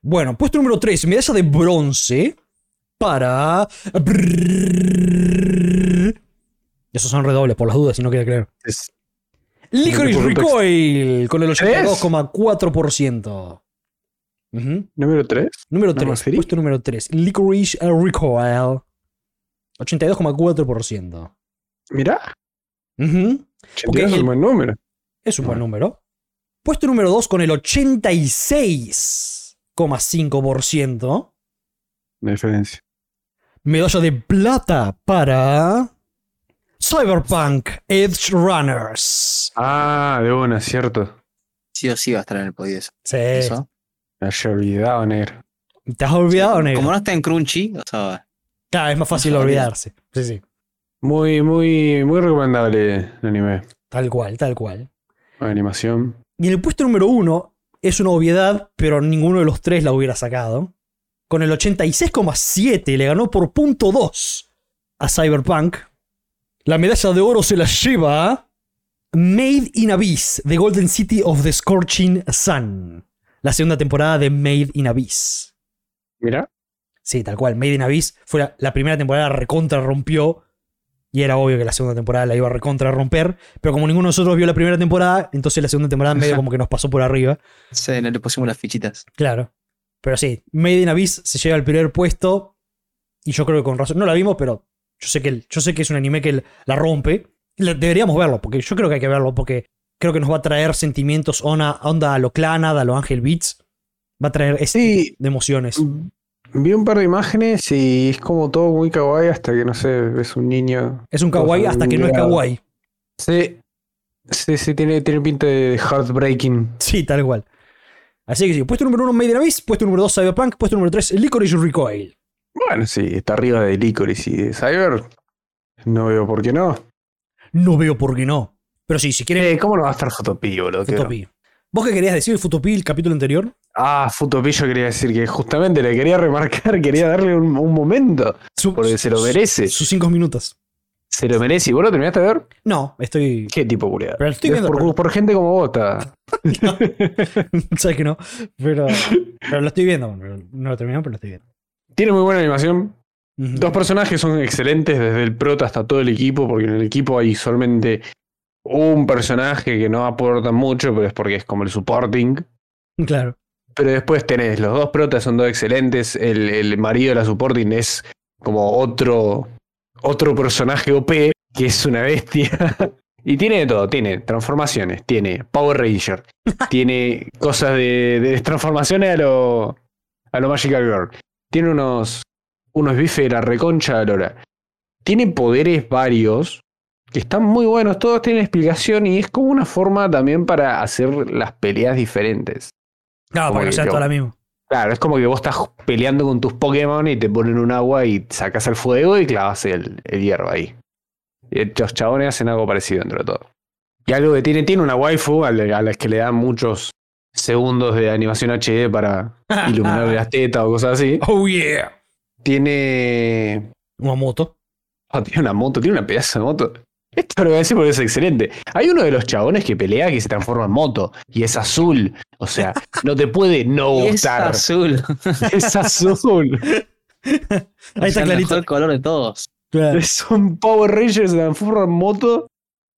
Bueno, puesto número 3, medalla de bronce para. Esos son redobles por las dudas, si no quería creer.
Es-
Licorice
Por un texto.
Recoil con el 82,4%. Ujú.
Número 3.
Número
Number
3,
three.
puesto número 3. Licorice Recoil. 82,4%.
Mirá,
Ujú.
82 es
el-
un buen número.
Es un buen número. Puesto número 2 con el 86,5%.
La diferencia.
Medalla de plata para. Cyberpunk Edge Runners.
Ah, de una, cierto.
Sí o sí va a estar en el podio eso.
Sí.
Eso.
Me había olvidado, negro.
¿Te has olvidado, negro?
Como no está en Crunchy, o sea,
Claro, es más fácil
se olvida.
olvidarse. Sí, sí.
Muy, muy, muy recomendable el anime.
Tal cual, tal cual.
La animación.
Y en el puesto número uno es una obviedad, pero ninguno de los tres la hubiera sacado. Con el 86,7 le ganó por punto 2 a Cyberpunk. La medalla de oro se la lleva Made in Abyss, The Golden City of the Scorching Sun. La segunda temporada de Made in Abyss.
Mira.
Sí, tal cual. Made in Abyss fue la, la primera temporada recontra rompió. Y era obvio que la segunda temporada la iba a recontra romper. Pero como ninguno de nosotros vio la primera temporada, entonces la segunda temporada medio como que nos pasó por arriba.
se- no le pusimos las fichitas.
Claro. Pero sí, Made in Abyss se lleva al primer puesto. Y yo creo que con razón. No la vimos, pero yo sé que, el- yo sé que es un anime que el- la rompe. La- deberíamos verlo, porque yo creo que hay que verlo, porque creo que nos va a traer sentimientos ona- onda a lo Clanad, a lo Angel Beats. Va a traer este
Sí.
de emociones.
Vi un par de imágenes y es como todo muy kawaii hasta que, no sé, ves un niño.
Es un kawaii hasta que no es
Mirado.
kawaii.
Sí. Sí, sí, tiene, tiene pinta de heartbreaking.
Sí, tal cual. Así que sí, puesto número uno Made in Abyss, puesto número dos Cyberpunk, puesto número tres Licorice Recoil.
Bueno, sí, está arriba de Licorice y de Cyber. No veo por qué no.
No veo por qué no. Pero sí, si quieren,
Eh, ¿Cómo no va a estar Futopi, boludo? Que no.
Futopi. ¿Vos qué querías decir el Futopi el capítulo anterior?
Ah, Futopi yo quería decir que justamente le quería remarcar, [LAUGHS] quería darle un, un momento.
Su-
Porque se lo
su-
merece.
Sus cinco minutos.
Se lo merece. ¿Y vos lo terminaste de ver?
No, estoy.
¿Qué tipo, boludo?
Pero estoy
Es
viendo-
por, por gente como vos está.
[LAUGHS] sé que no.
[LAUGHS]
Pero, pero lo estoy viendo. No lo terminé, pero lo estoy viendo.
Tiene muy buena animación.
Ujú.
Dos personajes son excelentes, desde el prota hasta todo el equipo, porque en el equipo hay solamente un personaje que no aporta mucho, pero es porque es como el supporting.
Claro.
Pero después tenés los dos protas, son dos excelentes. El, el marido de la supporting es como otro, otro personaje OP, que es una bestia. [LAUGHS] Y tiene de todo, tiene transformaciones, tiene Power Ranger, tiene cosas de, de transformaciones a lo, a lo Magical Girl. Tiene unos, unos bifes de la reconcha de Lora. Tiene poderes varios que están muy buenos, todos tienen explicación y es como una forma también para hacer las peleas diferentes.
Claro, para que no
Uy,
sea
yo-
toda la [LAUGHS] misma.
Claro, es como que vos estás peleando con tus Pokémon y te ponen un agua y sacas el fuego y clavas el, el hierro ahí. Y los chabones hacen algo parecido dentro de todo. Y algo que tiene, tiene una waifu a la, a las que le dan muchos segundos de animación HD
[LAUGHS]
para iluminar las tetas o cosas así.
Oh yeah.
Tiene.
Una moto.
ah, tiene una moto, tiene una pedazo de moto. Esto lo voy a decir porque es excelente. Hay uno de los chabones que pelea que se transforma en moto y es azul. O sea, no te puede no
[LAUGHS]
Oh,
Y es
gustar.
[LAUGHS] azul.
Es azul.
Ahí está
el
clarito.
mejor color de todos.
[LAUGHS]
Claro.
Son Power Rangers, se transforman en moto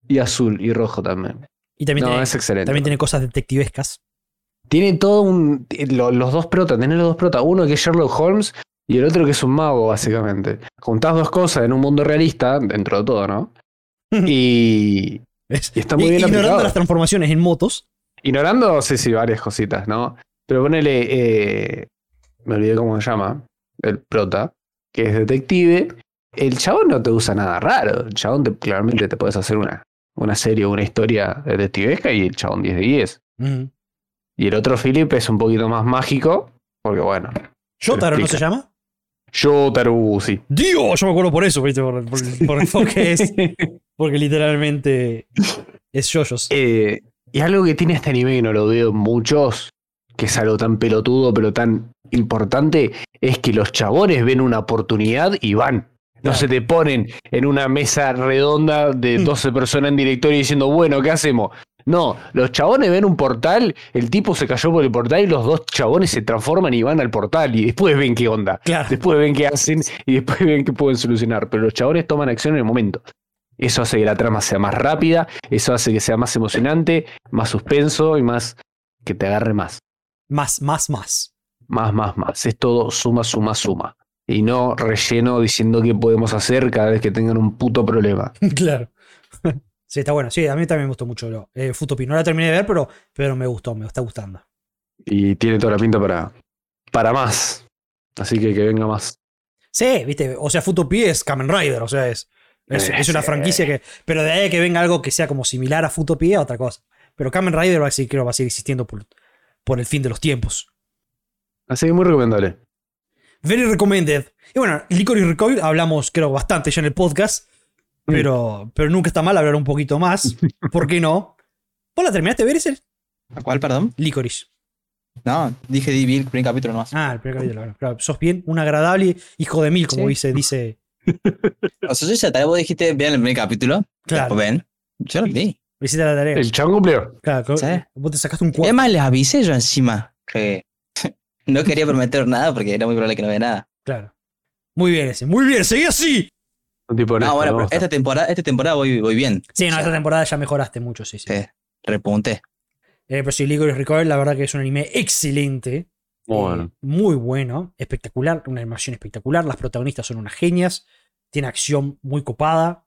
y azul y rojo también.
Y también,
no,
tiene,
es excelente.
también tiene cosas detectivescas.
Tiene todo un. lo- los dos protas, tenés los dos protas, uno que es Sherlock Holmes y el otro que es un mago, básicamente. Juntás dos cosas en un mundo realista, dentro de
[LAUGHS]
todo, ¿no? Y.
¿Ves?
y está muy
I-
bien
Ignorando
aplicado.
las transformaciones en motos.
Ignorando, sí, sí, varias cositas, ¿no? Pero ponele. eh, me olvidé cómo se llama. El prota, que es detective. El chabón no te usa nada raro. El chabón te- claramente te puedes hacer una, una serie, una historia detectivesca y el chabón 10 de 10.
Ujú.
Y el otro Philip es un poquito más mágico, porque bueno.
¿Yotaro no se llama?
Yotaru, sí.
Dios, yo me acuerdo por eso, ¿viste? Por, por- por- porque
[LAUGHS]
es. Porque literalmente es yoyos.
Eh, y algo que tiene este anime que no lo veo en muchos, que es algo tan pelotudo pero tan importante, es que los chabones ven una oportunidad y van. No
Claro.
se te ponen en una mesa redonda de
Mm.
12 personas en directorio diciendo, bueno, ¿qué hacemos? No, los chabones ven un portal, el tipo se cayó por el portal y los dos chabones se transforman y van al portal y después ven qué onda.
Claro,
Después ven qué hacen y después ven qué pueden solucionar. Pero los chabones toman acción en el momento. Eso hace que la trama sea más rápida, eso hace que sea más emocionante, más suspenso y más que te agarre más.
más, más, más.
Más, más, más. Es todo suma, suma, suma. Y no relleno diciendo qué podemos hacer cada vez que tengan un puto problema.
Claro. [LAUGHS] Sí, está bueno. Sí, a mí también me gustó mucho lo, eh, Futopi. No la terminé de ver, pero, pero me gustó, me está gustando.
Y tiene toda la pinta para, para más. Así que que venga más.
Sí, viste, o sea, Futopi es Kamen Rider, o sea, es Es, es una franquicia que. Pero de ahí a que venga algo que sea como similar a Futopía, otra cosa. Pero Kamen Rider va a seguir, creo, va a seguir existiendo por, por el fin de los tiempos.
Así que muy recomendable.
Very recommended. Y bueno, Licorice Recoil hablamos, creo, bastante ya en el podcast.
Mm.
Pero, pero nunca está mal hablar un poquito más. ¿Por qué no? ¿Vos la terminaste de ver ese?
¿A cuál, perdón?
Licorice.
No, dije vi el primer capítulo nomás.
Ah, el primer capítulo. Claro, claro. Sos bien, un agradable hijo de mil, como
Sí.
dice, dice.
O sea, yo ya tal vos dijiste, vean el primer capítulo.
Claro,
Después ven. Yo lo vi.
visita la tarea.
El chabón cumplió.
Claro, co-
Sí.
vos te sacaste un
Y
cuadro.
además les avisé yo encima que [LAUGHS] no quería prometer nada porque era muy probable que no vea nada.
Claro. Muy bien ese, muy bien, seguí así.
Un tipo honesto,
No, bueno,
me
pero
gusta.
esta temporada, esta temporada voy, voy bien.
Sí,
O
no,
sea,
esta temporada ya mejoraste mucho, sí, sí.
sí, repunté.
Eh, pero sí, Licorice Recoil, la verdad que es un anime excelente.
Muy bueno.
Eh, muy bueno, espectacular, una animación espectacular. Las protagonistas son unas genias, tiene acción muy copada.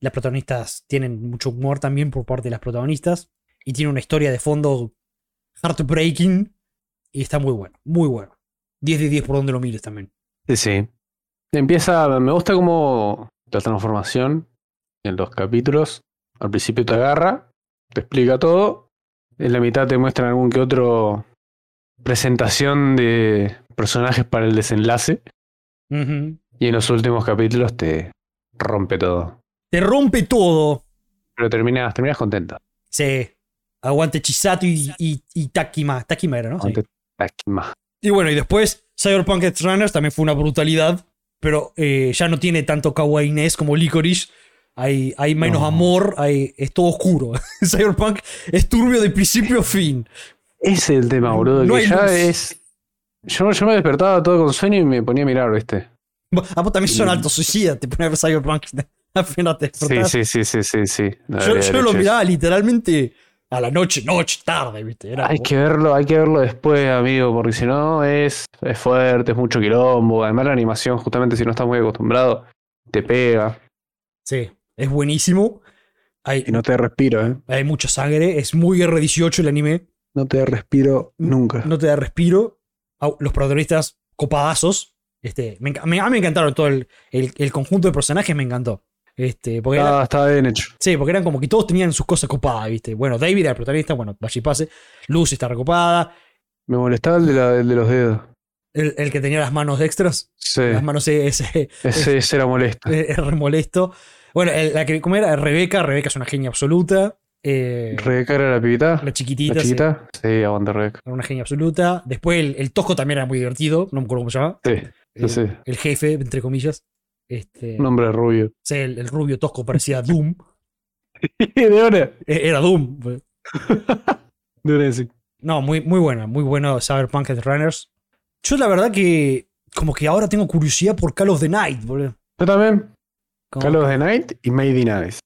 Las protagonistas tienen mucho humor también por parte de las protagonistas. Y tiene una historia de fondo heartbreaking. Y está muy bueno, muy bueno. 10 de 10 por donde lo mires también.
Sí, sí. Empieza, me gusta como la transformación en los capítulos. Al principio te agarra, te explica todo. En la mitad te muestran algún que otro presentación de personajes para el desenlace.
Ujú.
Y en los últimos capítulos te rompe todo.
Te rompe todo.
Pero terminas, terminas contento.
Sí. Aguante Chisato y, y, y Takima. Takima era, ¿no? Sí.
Contento. Takima.
Y bueno, y después Cyberpunk Runners también fue una brutalidad, pero eh, ya no tiene tanto kawainés como Licorice. Hay, hay menos
No.
amor, hay, es todo oscuro. [LAUGHS] Cyberpunk es turbio de principio a fin.
Ese es el tema,
No-
boludo.
no
que
hay
ya
luz.
es. Yo, yo me despertaba todo con sueño y me ponía a mirar, ¿viste?
A vos también son
Mm.
altos suicida, te pones a ver Cyberpunk [LAUGHS] apenas te
Sí,
despertás.
sí, sí, sí, sí, sí. No
yo
debería
yo
haber
lo
hecho eso.
miraba literalmente a la noche, noche, tarde, ¿viste? Era
Hay
como-
que verlo, hay que verlo después, amigo, porque si no es, es fuerte, es mucho quilombo. Además la animación, justamente si no estás muy acostumbrado, te pega.
Sí, es buenísimo. Hay,
Y no te respiro, ¿eh?
hay mucha sangre, es muy R18 el anime.
No te respiro nunca.
no te da respiro. Au- Los protagonistas copadazos. Este, me, enca- me- a mí me encantaron todo el, el- el conjunto de personajes, me encantó. Este, porque era-
Está, está Ah, bien hecho.
sí, porque eran como que todos tenían sus cosas copadas, ¿viste? Bueno, David era el protagonista, bueno, vaya y pase. Luz está recopada.
Me molestaba el de, la- el de los dedos.
El, el que tenía las manos extras,
Sí,
las manos ese
ese, ese era molesto.
es remolesto. Bueno, el- la que, ¿cómo era? Rebeca, Rebeca es una genia absoluta. Eh,
Rebeca era la pibita,
la chiquitita,
la
sí,
chiquita. Sí, aguanta Rebeca.
era una genia absoluta. Después el, el Tosco también era muy divertido, no me acuerdo cómo se llamaba.
Sí, sí,
el,
sí.
el jefe, entre comillas. Este,
Un hombre rubio.
o sea, el, el rubio tosco parecía Doom.
[LAUGHS] de hora,
Eh, Era Doom.
de hora sí.
No, muy, muy buena, muy bueno Cyberpunk Runners. Yo la verdad que como que ahora tengo curiosidad por Call of the Night, boludo.
Yo también,
Como-
Call of the Night y Made in Abyss.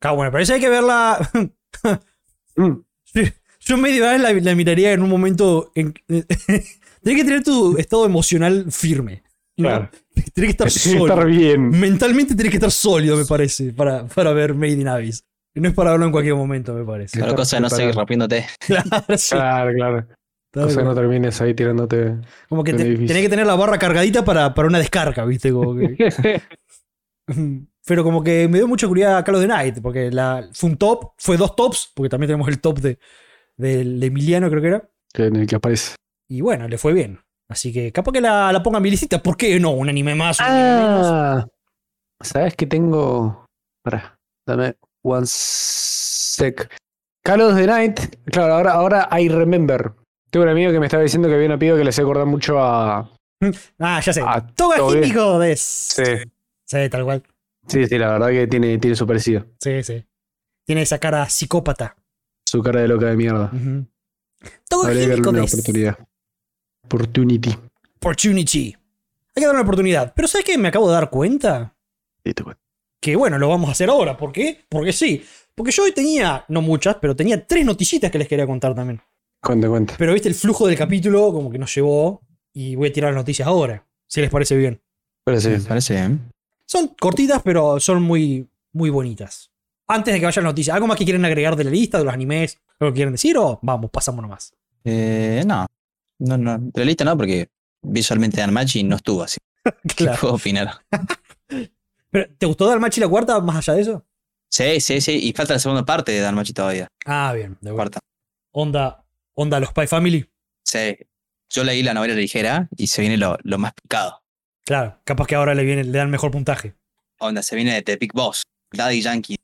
Está bueno, pero esa hay que verla. [LAUGHS]
Mm,
Yo medio vez la, la miraría en un momento. En... [LAUGHS] Tienes que tener tu estado emocional firme. ¿no?
claro.
Tenés que estar
Tiene que
sólido.
[LAUGHS] estar bien.
Mentalmente tenés que estar sólido, me parece, para, para ver Made in Abyss. No es para verlo en cualquier momento, me parece.
Pero
Estar
cosa de no seguir
preparado.
rompiéndote.
Claro, [LAUGHS] sí.
Claro, claro.
Tal
Cosa que
cual.
no termines ahí tirándote. [LAUGHS]
Como que
Pero
te-
difícil.
tenés que tener la barra cargadita para, para una descarga, ¿viste? Como
[LAUGHS]
que- pero como que me dio mucha curiosidad a Carlos de Night, porque la, fue un top, fue dos tops, porque también tenemos el top de, del Emiliano, creo que era.
que en el que aparece.
Y bueno, le fue bien. Así que capaz que la, la ponga en mi listita. ¿Por qué no? Un anime más. Un anime menos.
Ah, ¿sabes que tengo? Pará, dame one sec. Call of the Night. Claro, ahora, ahora I remember. Tengo un amigo que me estaba diciendo que había una piba que le hacía acordar mucho a.
Ah, ya sé.
Ah,
Toga
todo bien.
Himiko de... Sí. tal cual.
sí, sí, la verdad que tiene, tiene su parecido.
Sí, sí. Tiene esa cara psicópata.
Su cara de loca de mierda.
Ujú. Toga
Habría que darle
Himiko
una
de...
oportunidad. Opportunity.
Opportunity. Hay que darle una oportunidad. Pero ¿sabes qué? Me acabo de dar cuenta.
Listo, pues. güey.
que bueno, lo vamos a hacer ahora. ¿Por qué? Porque sí. Porque yo hoy tenía, no muchas, pero tenía tres noticitas que les quería contar también.
Cuenta, cuenta.
Pero viste, el flujo del capítulo como que nos llevó y voy a tirar las noticias ahora, si les parece bien.
Parece [LAUGHS] bien.
parece bien.
Son cortitas, pero son muy, muy bonitas. Antes de que vayan las noticias, ¿algo más que quieren agregar de la lista, de los animes? ¿Algo que quieren decir o vamos, pasamos nomás?
Eh, no. No, no. De la lista no, porque visualmente Dan Machi no estuvo así.
[LAUGHS]
¿Qué
Claro.
puedo opinar?
Pero, ¿Te gustó Dalmachi la cuarta más allá de eso?
Sí, sí, sí. Y falta la segunda parte de Dalmachi todavía.
Ah, bien, de acuerdo.
Cuarta.
Onda, onda los Spy Family.
Sí. Yo leí la novela ligera y se viene lo, lo más picado.
Claro, capaz que ahora le, viene, le dan mejor puntaje.
Onda, se viene The Big Boss, Daddy Yankee.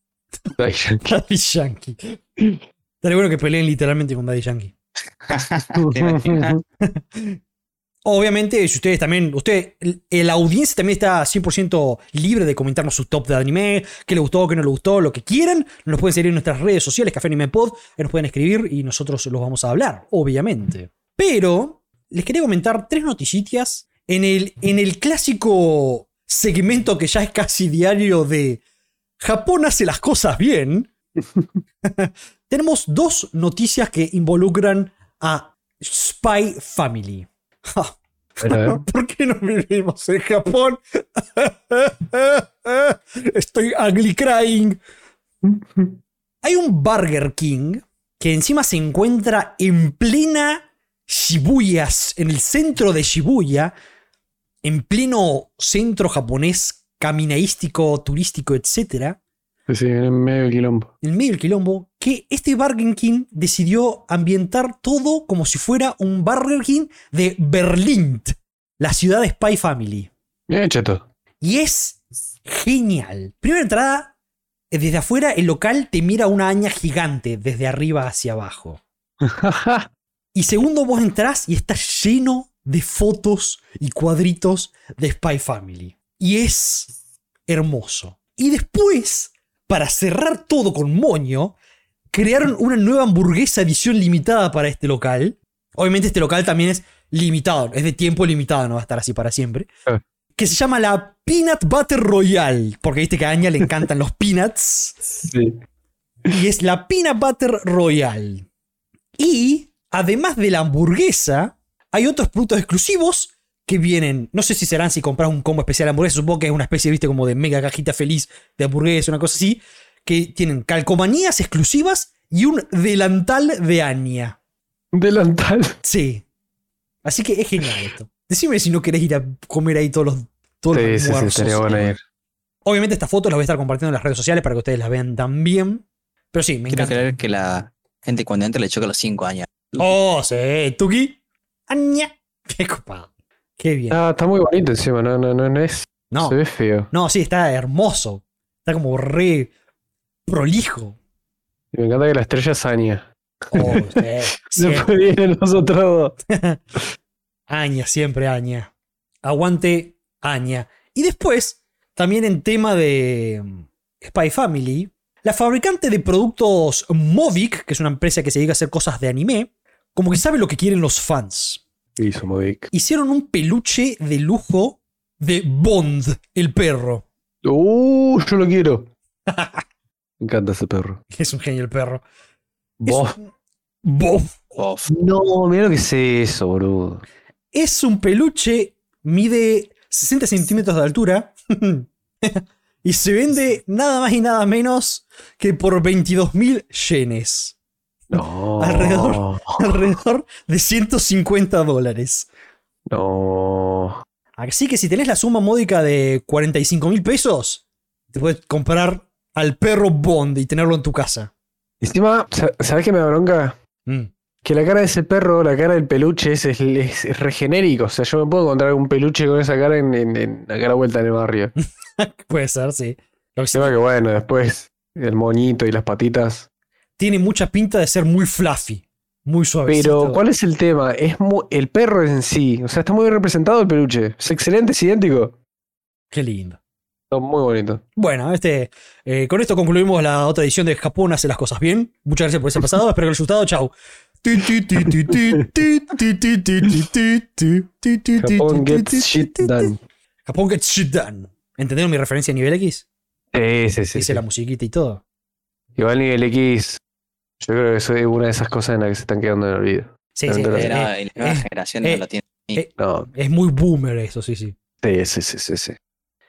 Daddy Yankee. Estaría bueno que peleen literalmente con Daddy Yankee.
¿Te imaginas?
Obviamente, si ustedes también, usted, el- la audiencia también está 100% libre de comentarnos su top de anime, qué le gustó, qué no le gustó, lo que quieran. Nos pueden seguir en nuestras redes sociales, Café Anime Pod, que nos pueden escribir y nosotros los vamos a hablar, obviamente. Pero les quería comentar tres noticias en el, en el clásico segmento que ya es casi diario de Japón hace las cosas bien. Tenemos dos noticias que involucran a Spy Family. Ja,
Bueno, [LAUGHS] a ver.
¿Por qué no vivimos en Japón? [LAUGHS] Estoy ugly crying. Hay un Burger King que encima se encuentra en plena Shibuya, en el centro de Shibuya, en pleno centro japonés caminaístico, turístico, etcétera
Sí, sí, en medio del quilombo.
en medio del quilombo, que este Burger King decidió ambientar todo como si fuera un Burger King de Berlín, la ciudad de Spy Family.
Eh, chato.
Y es genial. Primera entrada, eh, desde afuera el local te mira una aña gigante desde arriba hacia abajo. Y segundo, vos entrás y está lleno de fotos y cuadritos de Spy Family. Y es hermoso. Y después, para cerrar todo con moño, crearon una nueva hamburguesa edición limitada para este local. Obviamente este local también es limitado, es de tiempo limitado, no va a estar así para siempre.
Ah.
Que se llama la Peanut Butter Royal, porque viste que a Anya le encantan los peanuts.
sí.
Y es la Peanut Butter Royal. Y además de la hamburguesa, hay otros productos exclusivos que vienen. No sé si serán si compras un combo especial de hamburguesa. Supongo que es una especie, viste, como de mega cajita feliz de hamburguesa, una cosa así. Que tienen calcomanías exclusivas y un delantal de Anya.
[LAUGHS] Delantal.
Sí. Así que es genial esto. Decime si no querés ir a comer ahí todos los, todos los
Sí, sí, sí,
almuerzos.
estaría bueno ir.
Obviamente estas fotos las voy a estar compartiendo en las redes sociales para que ustedes las vean también. Pero sí, me
Quiero
encanta.
creer que la gente cuando entra le choca los 5 años.
Oh, sí, Tuki. Aña. Qué copado. Qué bien.
Ah, está muy bonito encima, no, no, no, no es.
No,
Se ve feo.
no, sí, está hermoso. Está como re
[LAUGHS]
prolijo.
Y me encanta que la estrella es Anya.
Oh, sí,
Se
siempre.
puede ir en nosotros dos.
Aña, siempre Aña. Aguante Aña. Y después, también en tema de mm, Spy Family, la fabricante de productos Movic, que es una empresa que se dedica a hacer cosas de anime, como que sabe lo que quieren los fans.
Y somos Dick.
hicieron un peluche de lujo de Bond, el perro.
Uh, yo lo [LAUGHS] quiero. Me encanta ese perro.
[LAUGHS] Es un genio el perro. Es
Vos.
un- Bof.
Of.
No, mira lo que es eso, boludo.
Es un peluche, mide 60 centímetros de altura [LAUGHS] y se vende nada más y nada menos que por 22 mil
[LAUGHS]
yenes.
No.
Alrededor. Alrededor de 150 dólares.
No.
Así que si tenés la suma módica de 45 mil pesos, te puedes comprar al perro Bond y tenerlo en tu casa.
Encima, sa- ¿sabes qué me da bronca?
Mm. [LAUGHS]
Que la cara de ese perro, la cara del peluche, es, es, es re genérico. O sea, yo me puedo encontrar un peluche con esa cara en, en, en acá a la vuelta en el barrio.
Puede ser, sí. Lo que sí,
Encima que bueno, después el moñito y las patitas.
tiene mucha pinta de ser muy fluffy, muy suave.
Pero, ¿cuál es el tema? Es mu- el perro en sí. O sea, está muy bien representado el peluche. Es excelente, es idéntico.
Qué lindo.
Está muy bonito.
Bueno, este, eh, con esto concluimos la otra edición de Japón hace las cosas bien. Muchas gracias por ese pasado. Espero que les haya gustado. Chau.
Japón gets shit done.
Japón gets shit done. ¿Entendieron mi referencia a nivel X?
Sí, sí, sí.
Hice la musiquita y todo.
Igual nivel X. Yo creo que soy una de esas cosas en las que se están quedando en el olvido.
Sí, sí.
Pero-
eh,
Era, y las nuevas
eh,
generaciones
eh,
no lo tienen.
No,
es muy boomer eso, sí, sí.
sí, sí, sí, sí, sí.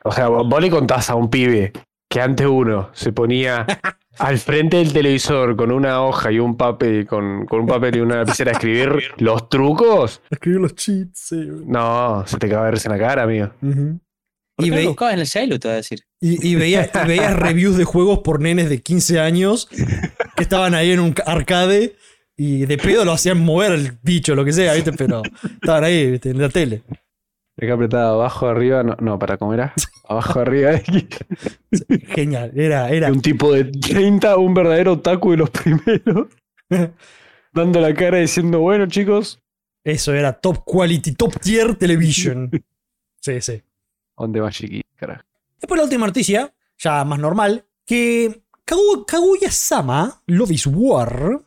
O sea, vos vos le contás a un pibe que antes uno se
[LAUGHS]
ponía al frente del televisor con una hoja y un papel, con, con un papel y una lapicera
[LAUGHS]
a escribir los trucos.
Escribir los cheats, sí.
No, se te acaba de verse en la cara, amigo.
¿Por
Y
qué no
ve-
lo buscabas en el celu, te voy a decir.
Y, y veía- y veías reviews de juegos por nenes de 15 años que estaban ahí en un ca- arcade y de pedo lo hacían mover el bicho, lo que sea, ¿viste? Pero estaban ahí, ¿viste? En la tele.
Hay que apretar abajo, arriba, no, no para comer. Abajo, arriba. [LAUGHS] Y
Genial. Era, era.
un tipo de 30, un verdadero otaku de los [LAUGHS] primeros. Dando la cara diciendo, bueno, chicos,
Eso era top quality, top tier television. Sí, sí.
¿dónde va Chiqui? Carajo.
Después la última noticia, ya más normal, que Kagu- Kaguya-sama, Love is War,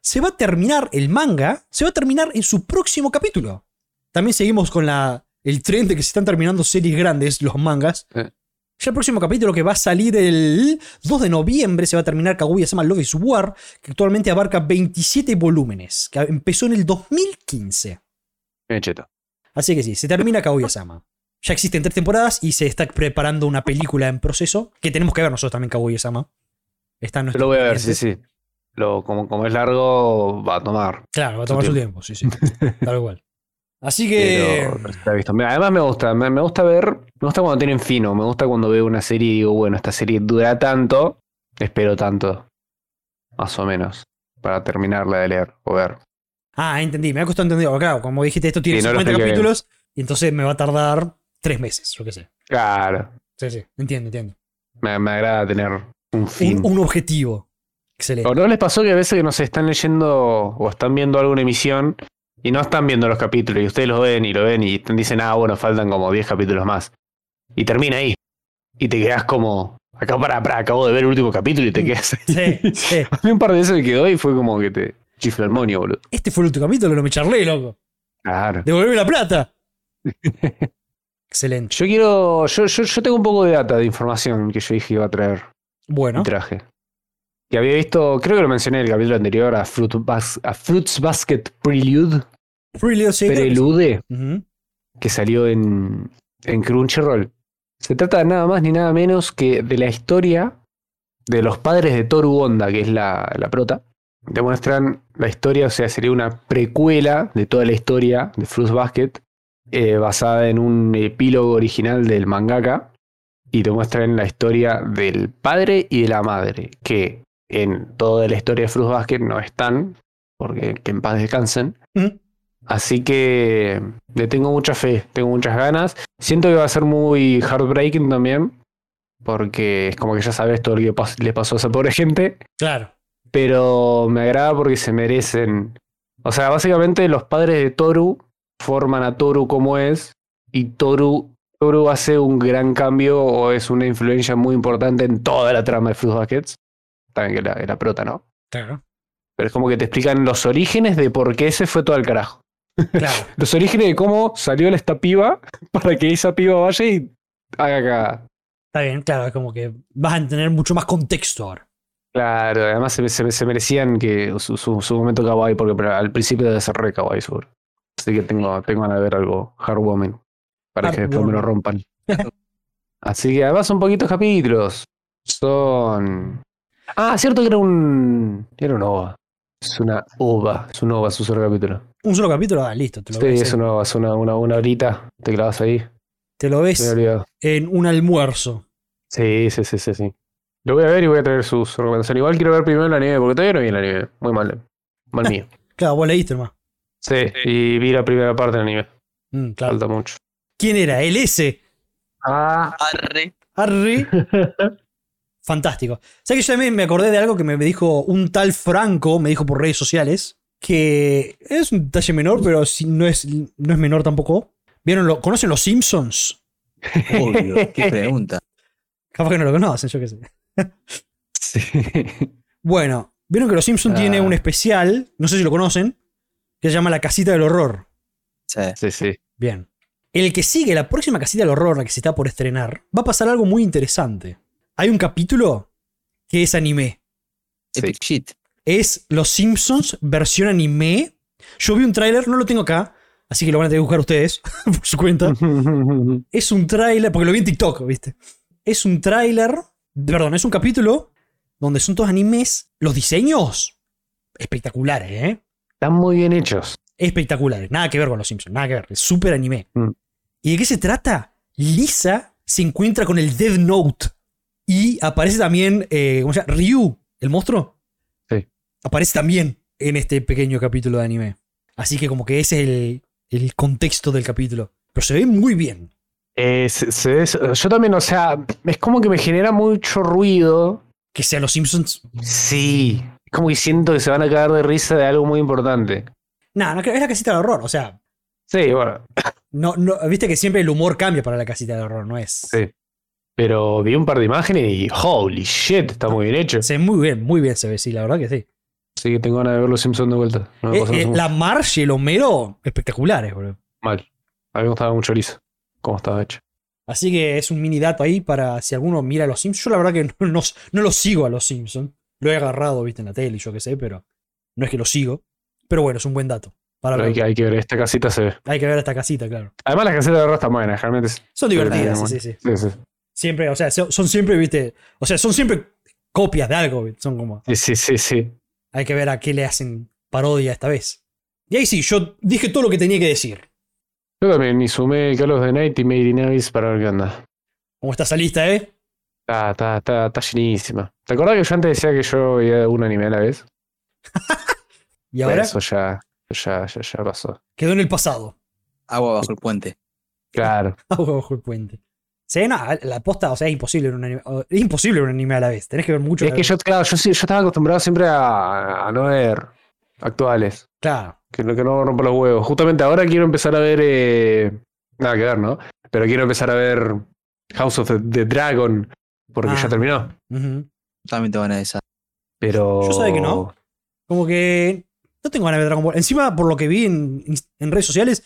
se va a terminar el manga, se va a terminar en su próximo capítulo. También seguimos con la, el tren de que se están terminando series grandes, los mangas.
Eh.
Ya el próximo capítulo que va a salir el 2 de noviembre se va a terminar Kaguya-sama Love is War, que actualmente abarca 27 volúmenes, que empezó en el 2015.
Bien cheto.
Así que sí, se termina Kaguya-sama. Ya existen tres temporadas y se está preparando una película en proceso que tenemos que ver nosotros también, Kaguya-sama. Está en
Yo
nuestro
lo voy a ver, sí,
pendiente.
sí. Lo, como, como es largo, va a tomar.
Claro, va a tomar
Su
su tiempo, sí, sí.
[LAUGHS]
Tal cual. Así que.
Pero está visto. Me- Además me gusta, me, me gusta ver, me gusta cuando tienen fino, me gusta cuando veo una serie y digo, bueno, esta serie dura tanto, espero tanto, más o menos, para terminarla de leer o ver.
Ah, entendí, me ha costado entender. Claro, como dijiste, esto tiene
Sí, no lo
50
expliqué bien.
capítulos y entonces me va a tardar tres meses, yo qué sé.
Claro,
Sí, sí, entiendo, entiendo.
me, me agrada tener un fin.
Un, un objetivo. Excelente.
¿O no les pasó que a veces que nos están leyendo o están viendo alguna emisión y no están viendo los capítulos y ustedes los ven y lo ven y dicen, ah, bueno, faltan como 10 capítulos más? Y termina ahí. Y te quedas como, acá para, para, acabo de ver el último capítulo y te quedas ahí.
Sí,
[LAUGHS]
sí.
A mí un par de veces me quedó y fue como que te chifla el moño, boludo.
Este fue el último capítulo, no me charlé, loco.
Claro.
Devolverme la
[LAUGHS]
plata. Excelente.
Yo quiero, yo, yo, yo tengo un poco de data, de información que yo dije que iba a traer.
Bueno.
y traje. Y había visto, creo que lo mencioné en el capítulo anterior, a, Fruit Bas- a Fruits Basket Prelude,
Freely, sí, creo que sí.
Prelude,
Ujú.
que salió en, en Crunchyroll. Se trata nada más ni nada menos que de la historia de los padres de Toru Honda, que es la, la prota. Demuestran la historia, o sea, sería una precuela de toda la historia de Fruits Basket, eh, basada en un epílogo original del mangaka. Y te muestran la historia del padre y de la madre, que en toda la historia de Fruits Basket no están, porque que en paz descansen.
Ujú.
Así que le tengo mucha fe, tengo muchas ganas. Siento que va a ser muy heartbreaking también, porque es como que ya sabes todo lo que pas- le pasó a esa pobre gente,
Claro.
pero me agrada porque se merecen. O sea, básicamente los padres de Toru forman a Toru como es, y Toru, Toru hace un gran cambio o es una influencia muy importante en toda la trama de Fruit Buckets. También que la, la prota, ¿no?
Claro.
Pero es como que te explican los orígenes de por qué se fue todo al carajo.
Claro.
Los orígenes de cómo salió esta piba [LAUGHS] para que esa piba vaya y haga cagada.
Está bien, claro. Es como que vas a tener mucho más contexto ahora.
Claro, además se, se- se merecían que su, su- su momento kawaii, porque pero al principio debe ser re kawaii, seguro. Así que tengo, tengo ganas de ver algo heartwarming para que después me lo rompan. Así que además son poquitos capítulos. Son... Ah, cierto que era un... Era un OVA. Es una OVA, es un OVA, es un solo capítulo.
Un solo capítulo, ah, listo. Te lo
Sí,
ves,
es
en,
una OVA, es una, una, una horita. Te clavas ahí.
te lo
Me había
ves
olvidado.
en un almuerzo.
Sí, sí, sí, sí, sí. Lo voy a ver y voy a traer sus recomendaciones. Igual quiero ver primero el anime, porque todavía no vi el anime. Muy mal. [LAUGHS] Mal mío.
Claro, vos leíste nomás.
Sí, y vi la primera parte del anime.
Mm, claro.
Falta mucho.
¿Quién era? El S.
Ah.
Arre.
[LAUGHS]
Arre. Fantástico. Sé que yo también me acordé de algo que me dijo un tal Franco, me dijo por redes sociales, que es un detalle menor, pero si no, es, no es menor tampoco. ¿Vieron lo, ¿Conocen los Simpsons?
Obvio,
[LAUGHS]
qué pregunta.
Capaz que no lo conocen, yo qué sé.
Sí.
Bueno, vieron que Los Simpson
Ah.
tiene un especial, no sé si lo conocen, que se llama La Casita del Horror.
Sí.
[LAUGHS] Sí, [LAUGHS] sí.
Bien. El que sigue, la próxima Casita del Horror, la que se está por estrenar, va a pasar algo muy interesante. Hay un capítulo que es anime.
Epic shit.
Es Los Simpsons versión anime. Yo vi un tráiler, no lo tengo acá, así que lo van a tener que buscar ustedes [LAUGHS] por su cuenta. Es un tráiler, porque lo vi en TikTok, ¿viste? Es un tráiler, perdón, es un capítulo donde son todos animes, los diseños espectaculares, ¿eh?
Están muy bien hechos.
espectaculares. Nada que ver con los Simpsons, nada que ver. Es súper anime.
Mm.
¿Y de qué se trata? Lisa se encuentra con el Death Note. Y aparece también, eh, ¿cómo se llama? Ryu, el monstruo.
Sí.
Aparece también en este pequeño capítulo de anime. Así que como que ese es el, el contexto del capítulo. Pero se ve muy bien.
Eh, se- se- se- yo también, o sea, es como que me genera mucho ruido.
Que sea los Simpsons.
Sí. Es como que siento que se van a caer de risa de algo muy importante.
Nah, no creo- es la casita del horror. O sea,
Sí, bueno.
no, no, viste que siempre el humor cambia para la casita del horror, ¿no es?
Sí. Pero vi un par de imágenes y holy shit, está muy bien hecho.
Se ve muy bien, muy bien se ve, sí, la verdad que sí.
Así que tengo ganas de ver los Simpsons de vuelta. No me
Eh,
pasó
eh,
mucho.
la Marge y el Homero, espectaculares, bro.
Mal. A mí me gustaba mucho Lisa. Cómo estaba hecho.
Así que es un mini dato ahí para si alguno mira a los Simpsons. Yo la verdad que no, no, no los sigo a los Simpsons. Lo he agarrado, viste, en la tele, y yo qué sé, pero no es que los sigo. Pero bueno, es un buen dato. Para
Pero hay,
ver.
que, hay que ver, esta casita se ve.
Hay que ver esta casita, claro.
Además, las casetas de horror están buenas, realmente. es-
Son divertidas,
Pero,
sí, sí, sí.
Sí, sí.
Siempre, o sea, so- son siempre, viste, o sea, son siempre copias de algo. ¿viste? Son como,
Sí, sí, sí, sí.
hay que ver a qué le hacen parodia esta vez. Y ahí sí, yo dije todo lo que tenía que decir.
Yo también, y sumé Call of the Night y Made in Abyss para ver qué onda.
¿Cómo está esa lista, eh?
Está, está, está, está llenísima. ¿Te acordás que yo antes decía que yo veía un anime a la vez?
Y ahora
Eso ya, ya, ya, ya pasó.
quedó en el pasado.
Agua bajo el puente.
Claro.
[LAUGHS] Agua bajo el puente. Sí, no, la posta, o sea, es imposible ver un anime. Es imposible ver un anime a la vez. Tenés que ver mucho. a
Es
la
que
vez.
yo, claro, yo, sí- yo estaba acostumbrado siempre a, a no ver actuales.
Claro.
Que, no- que no rompa los huevos. Justamente ahora quiero empezar a ver. eh, nada que ver, ¿no? Pero quiero empezar a ver House of the, the Dragon. Porque
Ah.
ya terminó.
Ujú.
Yo también tengo ganas de esa.
Pero.
Yo sabía que no. Como que no tengo ganas de ver Dragon Ball. Encima, por lo que vi en, en redes sociales,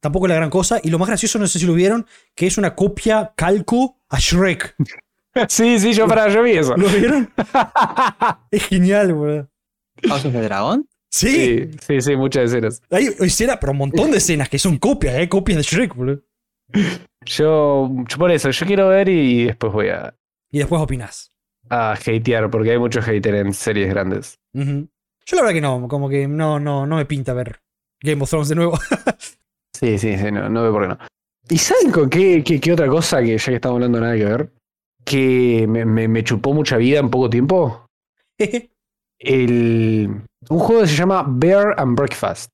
tampoco es la gran cosa. Y lo más gracioso, no sé si lo vieron, que es una copia calco a Shrek.
[LAUGHS] Sí, sí, yo para, yo vi
[LAUGHS]
eso.
¿Lo
[LAUGHS]
vieron? es genial, boludo.
¿House of the Dragon?
Sí,
Sí, sí, sí, muchas escenas.
hay escenas, pero un montón de escenas que son copias, ¿eh? Copias de Shrek, boludo.
Yo, yo por eso, yo quiero ver y después voy a,
Y después opinás.
a hatear, porque hay mucho hater en series grandes.
Ujú. Yo la verdad que no, como que no, no, no me pinta ver Game of Thrones de nuevo. [LAUGHS]
Sí, sí, sí, no, no veo por qué no. ¿Y saben con qué, qué, qué otra cosa que ya que estamos hablando nada que ver? Que me, me- me chupó mucha vida en poco tiempo. El, un juego que se llama Bear and Breakfast.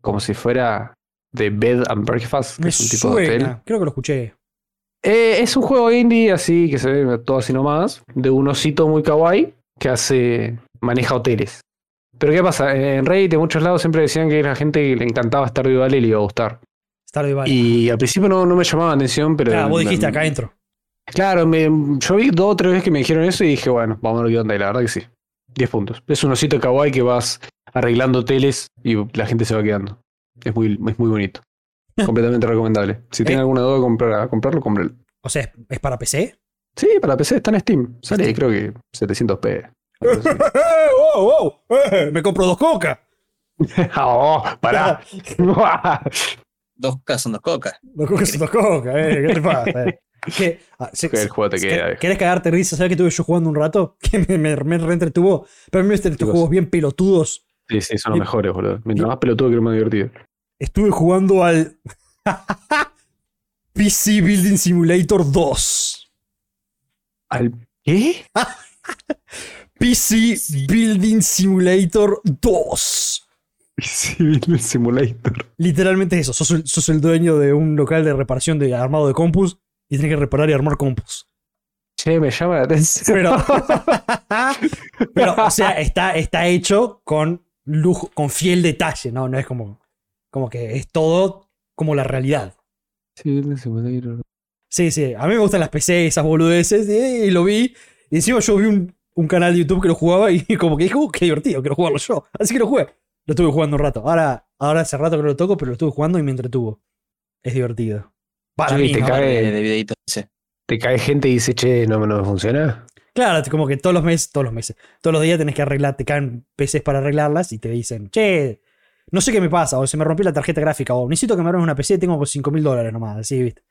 Como si fuera de Bed and Breakfast, que
me
es un tipo de hotel.
suena, creo que lo escuché.
Eh, es un juego indie, así que se ve todo así nomás, de un osito muy kawaii que hace. maneja hoteles. Pero ¿qué pasa? Eh, En Reddit de muchos lados siempre decían que la gente que le encantaba estar de Valley le iba a gustar.
Stardew Valley.
Y al principio no, no me llamaba la atención, pero.
Claro, vos
me-
dijiste acá entro.
Claro, me- yo vi dos o tres veces que me dijeron eso y dije, bueno, vamos a ver qué onda, y la verdad que sí. 10 puntos. Es un osito kawaii que vas arreglando hoteles y la gente se va quedando. Es muy, es muy [LAUGHS] bonito. Completamente recomendable. Si tienen alguna duda de comprar, comprarlo, cómpralo.
O sea, ¿es- ¿es para
[LAUGHS]
PC?
Sí, para PC está en Steam. Sale creo que 700 [LAUGHS] p. ¡Eh,
wow, wow, eh, me compro dos cocas.
oh, [LAUGHS] pará.
Dos cocas son dos cocas.
Dos
[LAUGHS]
cocas son dos cocas, eh, ¿qué te pasa? eh? Que, ah, se-
el juego te
se-
queda. eh.
que-
viejo.
¿Querés cagarte risa? ¿Sabes que estuve yo jugando un rato? [LAUGHS] Que me, me, me reentretuvo. Pero a mí me gustan estos
Chicos.
juegos bien pelotudos.
Sí, sí, son los mejores, boludo. Mientras más pelotudo, creo más divertido.
Estuve jugando al [LAUGHS] PC Building Simulator 2.
¿Al qué?
PC Building Simulator 2.
[LAUGHS] Civil Simulator.
Literalmente es eso. Sos el, sos el dueño de un local de reparación de armado de compus y tenés que reparar y armar compus.
Che, me llama la atención.
Pero, [LAUGHS] pero o sea, está, está hecho con lujo, con fiel detalle, ¿no? No es como, como que es todo como la realidad.
Civil Simulator.
Sí, sí. A mí me gustan las PC, esas boludeces, y, y lo vi. Y encima yo vi un, un canal de YouTube que lo jugaba y [LAUGHS] como que dije, uh, qué divertido, quiero jugarlo yo. Así que lo jugué. Lo estuve jugando un rato. Ahora, ahora hace rato que no lo toco, pero lo estuve jugando y me entretuvo. Es divertido. Para
Sí,
mí,
te
¿no?
cae.
Eh, De, de videíto ese.
Te cae gente y dice, che, no, no me funciona.
Claro, como que todos los meses, todos los meses, todos los días tenés que arreglar, te caen PCs para arreglarlas y te dicen, che, no sé qué me pasa, o se me rompió la tarjeta gráfica, o necesito que me armes una PC, tengo como 5 mil dólares nomás, así, viste.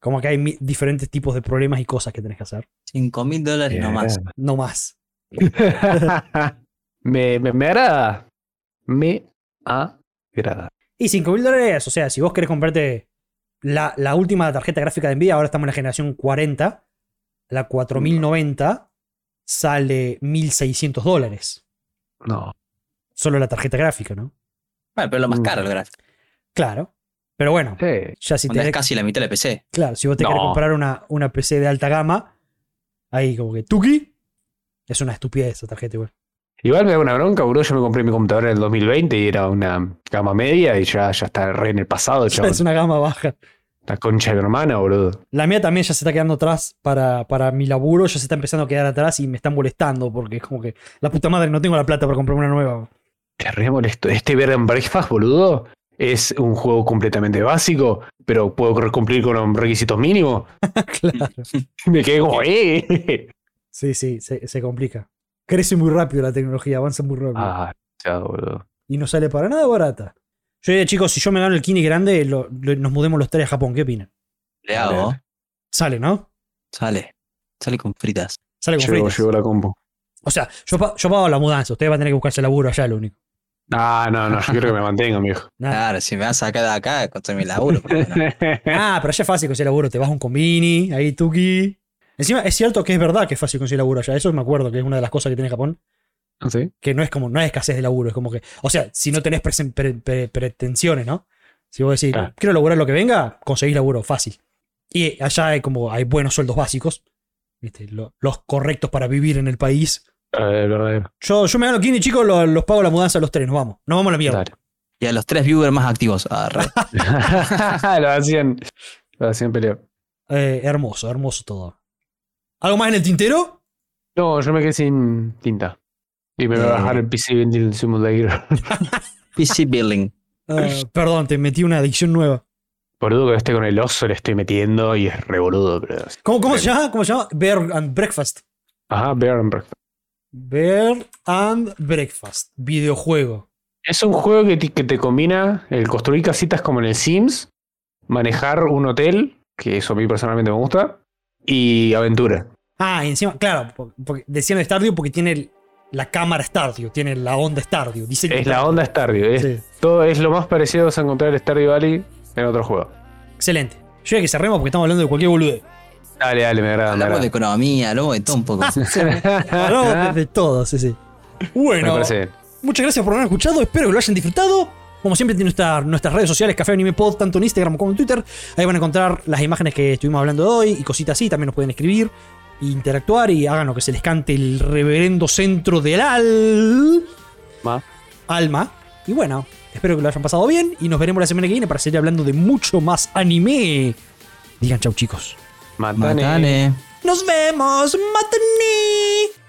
Como que hay mi- diferentes tipos de problemas y cosas que tenés que hacer.
5 mil dólares nomás.
No más.
[LAUGHS] me, me, me agrada. Me agrada.
Y 5 mil dólares, o sea, si vos querés comprarte la, la última tarjeta gráfica de Nvidia, ahora estamos en la generación 40, la 4090 sale 1.600 dólares.
No.
Solo la tarjeta gráfica, ¿no?
Bueno, pero lo más
Mm.
caro el gráfico.
Claro. Pero bueno,
Sí.
ya si
Onda,
te
es casi la mitad de la PC.
Claro, si vos te querés
No.
comprar una, una PC de alta gama, ahí como que tuki. Es una estupidez esa tarjeta igual.
Igual me da una bronca, bro. Yo me compré mi computadora en el 2020 y era una gama media y ya, ya está re en el pasado, chaval.
[LAUGHS] Es una gama baja.
La concha de mi hermana, boludo.
La mía también ya se está quedando atrás para, para mi laburo, ya se está empezando a quedar atrás y me está molestando porque es como que la puta madre no tengo la plata para comprarme una nueva. [LAUGHS]
Te re molesto. Este Bird and Breakfast, boludo, es un juego completamente básico, pero puedo cumplir con los requisitos mínimos. [LAUGHS]
claro.
Me quedé como, ¡eh!
Sí, sí, se, se complica. Crece muy rápido la tecnología, avanza muy rápido.
Ah, chao, boludo.
Y no sale para nada barata. Yo diría, chicos, si yo me gano el Kini grande, lo- lo- nos mudemos los tres a Japón. ¿Qué opinan?
Le hago.
Sale, ¿no?
Sale. Sale con fritas.
Sale con
Llegó,
fritas.
llegó la compu.
O sea, yo, pa- yo pago la mudanza, ustedes van a tener que buscarse laburo allá, lo único.
Ah, no, no, yo quiero que me mantenga, mijo.
Nada.
Claro, si me vas a sacar de acá,
[LAUGHS]
contra mi laburo. ¿por qué no?
Ah, pero allá es fácil conseguir laburo, te vas a un convini, ahí tuki. Encima, es cierto que es verdad que es fácil conseguir laburo allá, eso me acuerdo que es una de las cosas que tiene Japón,
¿Sí?
que no es como, no hay escasez de laburo, es como que, o sea, si no tenés presen- pre- pre- pretensiones, ¿no? Si vos decís,
Claro.
quiero laburar lo que venga, conseguís laburo fácil. Y allá hay como, hay buenos sueldos básicos, ¿viste? Lo- los correctos para vivir en el país.
Eh, verdadero.
Yo, yo me gano el kini, chicos, lo- los pago la mudanza a los tres, nos vamos, nos vamos a la mierda.
Dale. [LAUGHS]
Y a los tres viewers más activos. Ah, re.
lo hacían. Lo hacían pelear.
Eh, hermoso, hermoso todo. ¿Algo más en el tintero?
No, yo me quedé sin tinta. Y me voy a
Eh.
bajar el PC Vending Simulator. [LAUGHS]
PC Building.
Eh, perdón, te metí una adicción nueva.
Boludo, que esté con el oso le estoy metiendo y es re boludo, pero.
¿Cómo, cómo se llama? ¿Cómo se llama? Bear and Breakfast.
Ajá, Bear and Breakfast.
Bear and Breakfast. Videojuego.
Es un juego que te, que te combina el construir casitas como en el Sims, manejar un hotel, que eso a mí personalmente me gusta, y aventura.
Ah, y encima, claro, por- porque decían Stardew porque tiene el- la cámara Stardew, tiene la onda Stardew. diseño
Es la
Stardew.
onda Stardew. Es,
Sí.
todo, es lo más parecido que vas a encontrar el Stardew Valley en otro juego.
Excelente. Yo ya que cerremos porque estamos hablando de cualquier
[LAUGHS]
boludo.
Dale, dale, me agrada. Me
Hablamos
agrada.
de economía, hablamos de todo
[LAUGHS]
un poco.
Hablamos de, de todo, sí, sí.
Me
Bueno,
parece bien.
Muchas gracias por haber escuchado, espero que lo hayan disfrutado. Como siempre, tiene nuestra- nuestras redes sociales, Café Anime Pod, tanto en Instagram como en Twitter. Ahí van a encontrar las imágenes que estuvimos hablando de hoy y cositas así. También nos pueden escribir, e interactuar y hagan lo que se les cante el reverendo centro del al-
Ma.
alma. Y bueno, espero que lo hayan pasado bien y nos veremos la semana que viene para seguir hablando de mucho más anime. Digan chau, chicos.
Matane.
Matane.
¡Nos vemos! ¡Matani!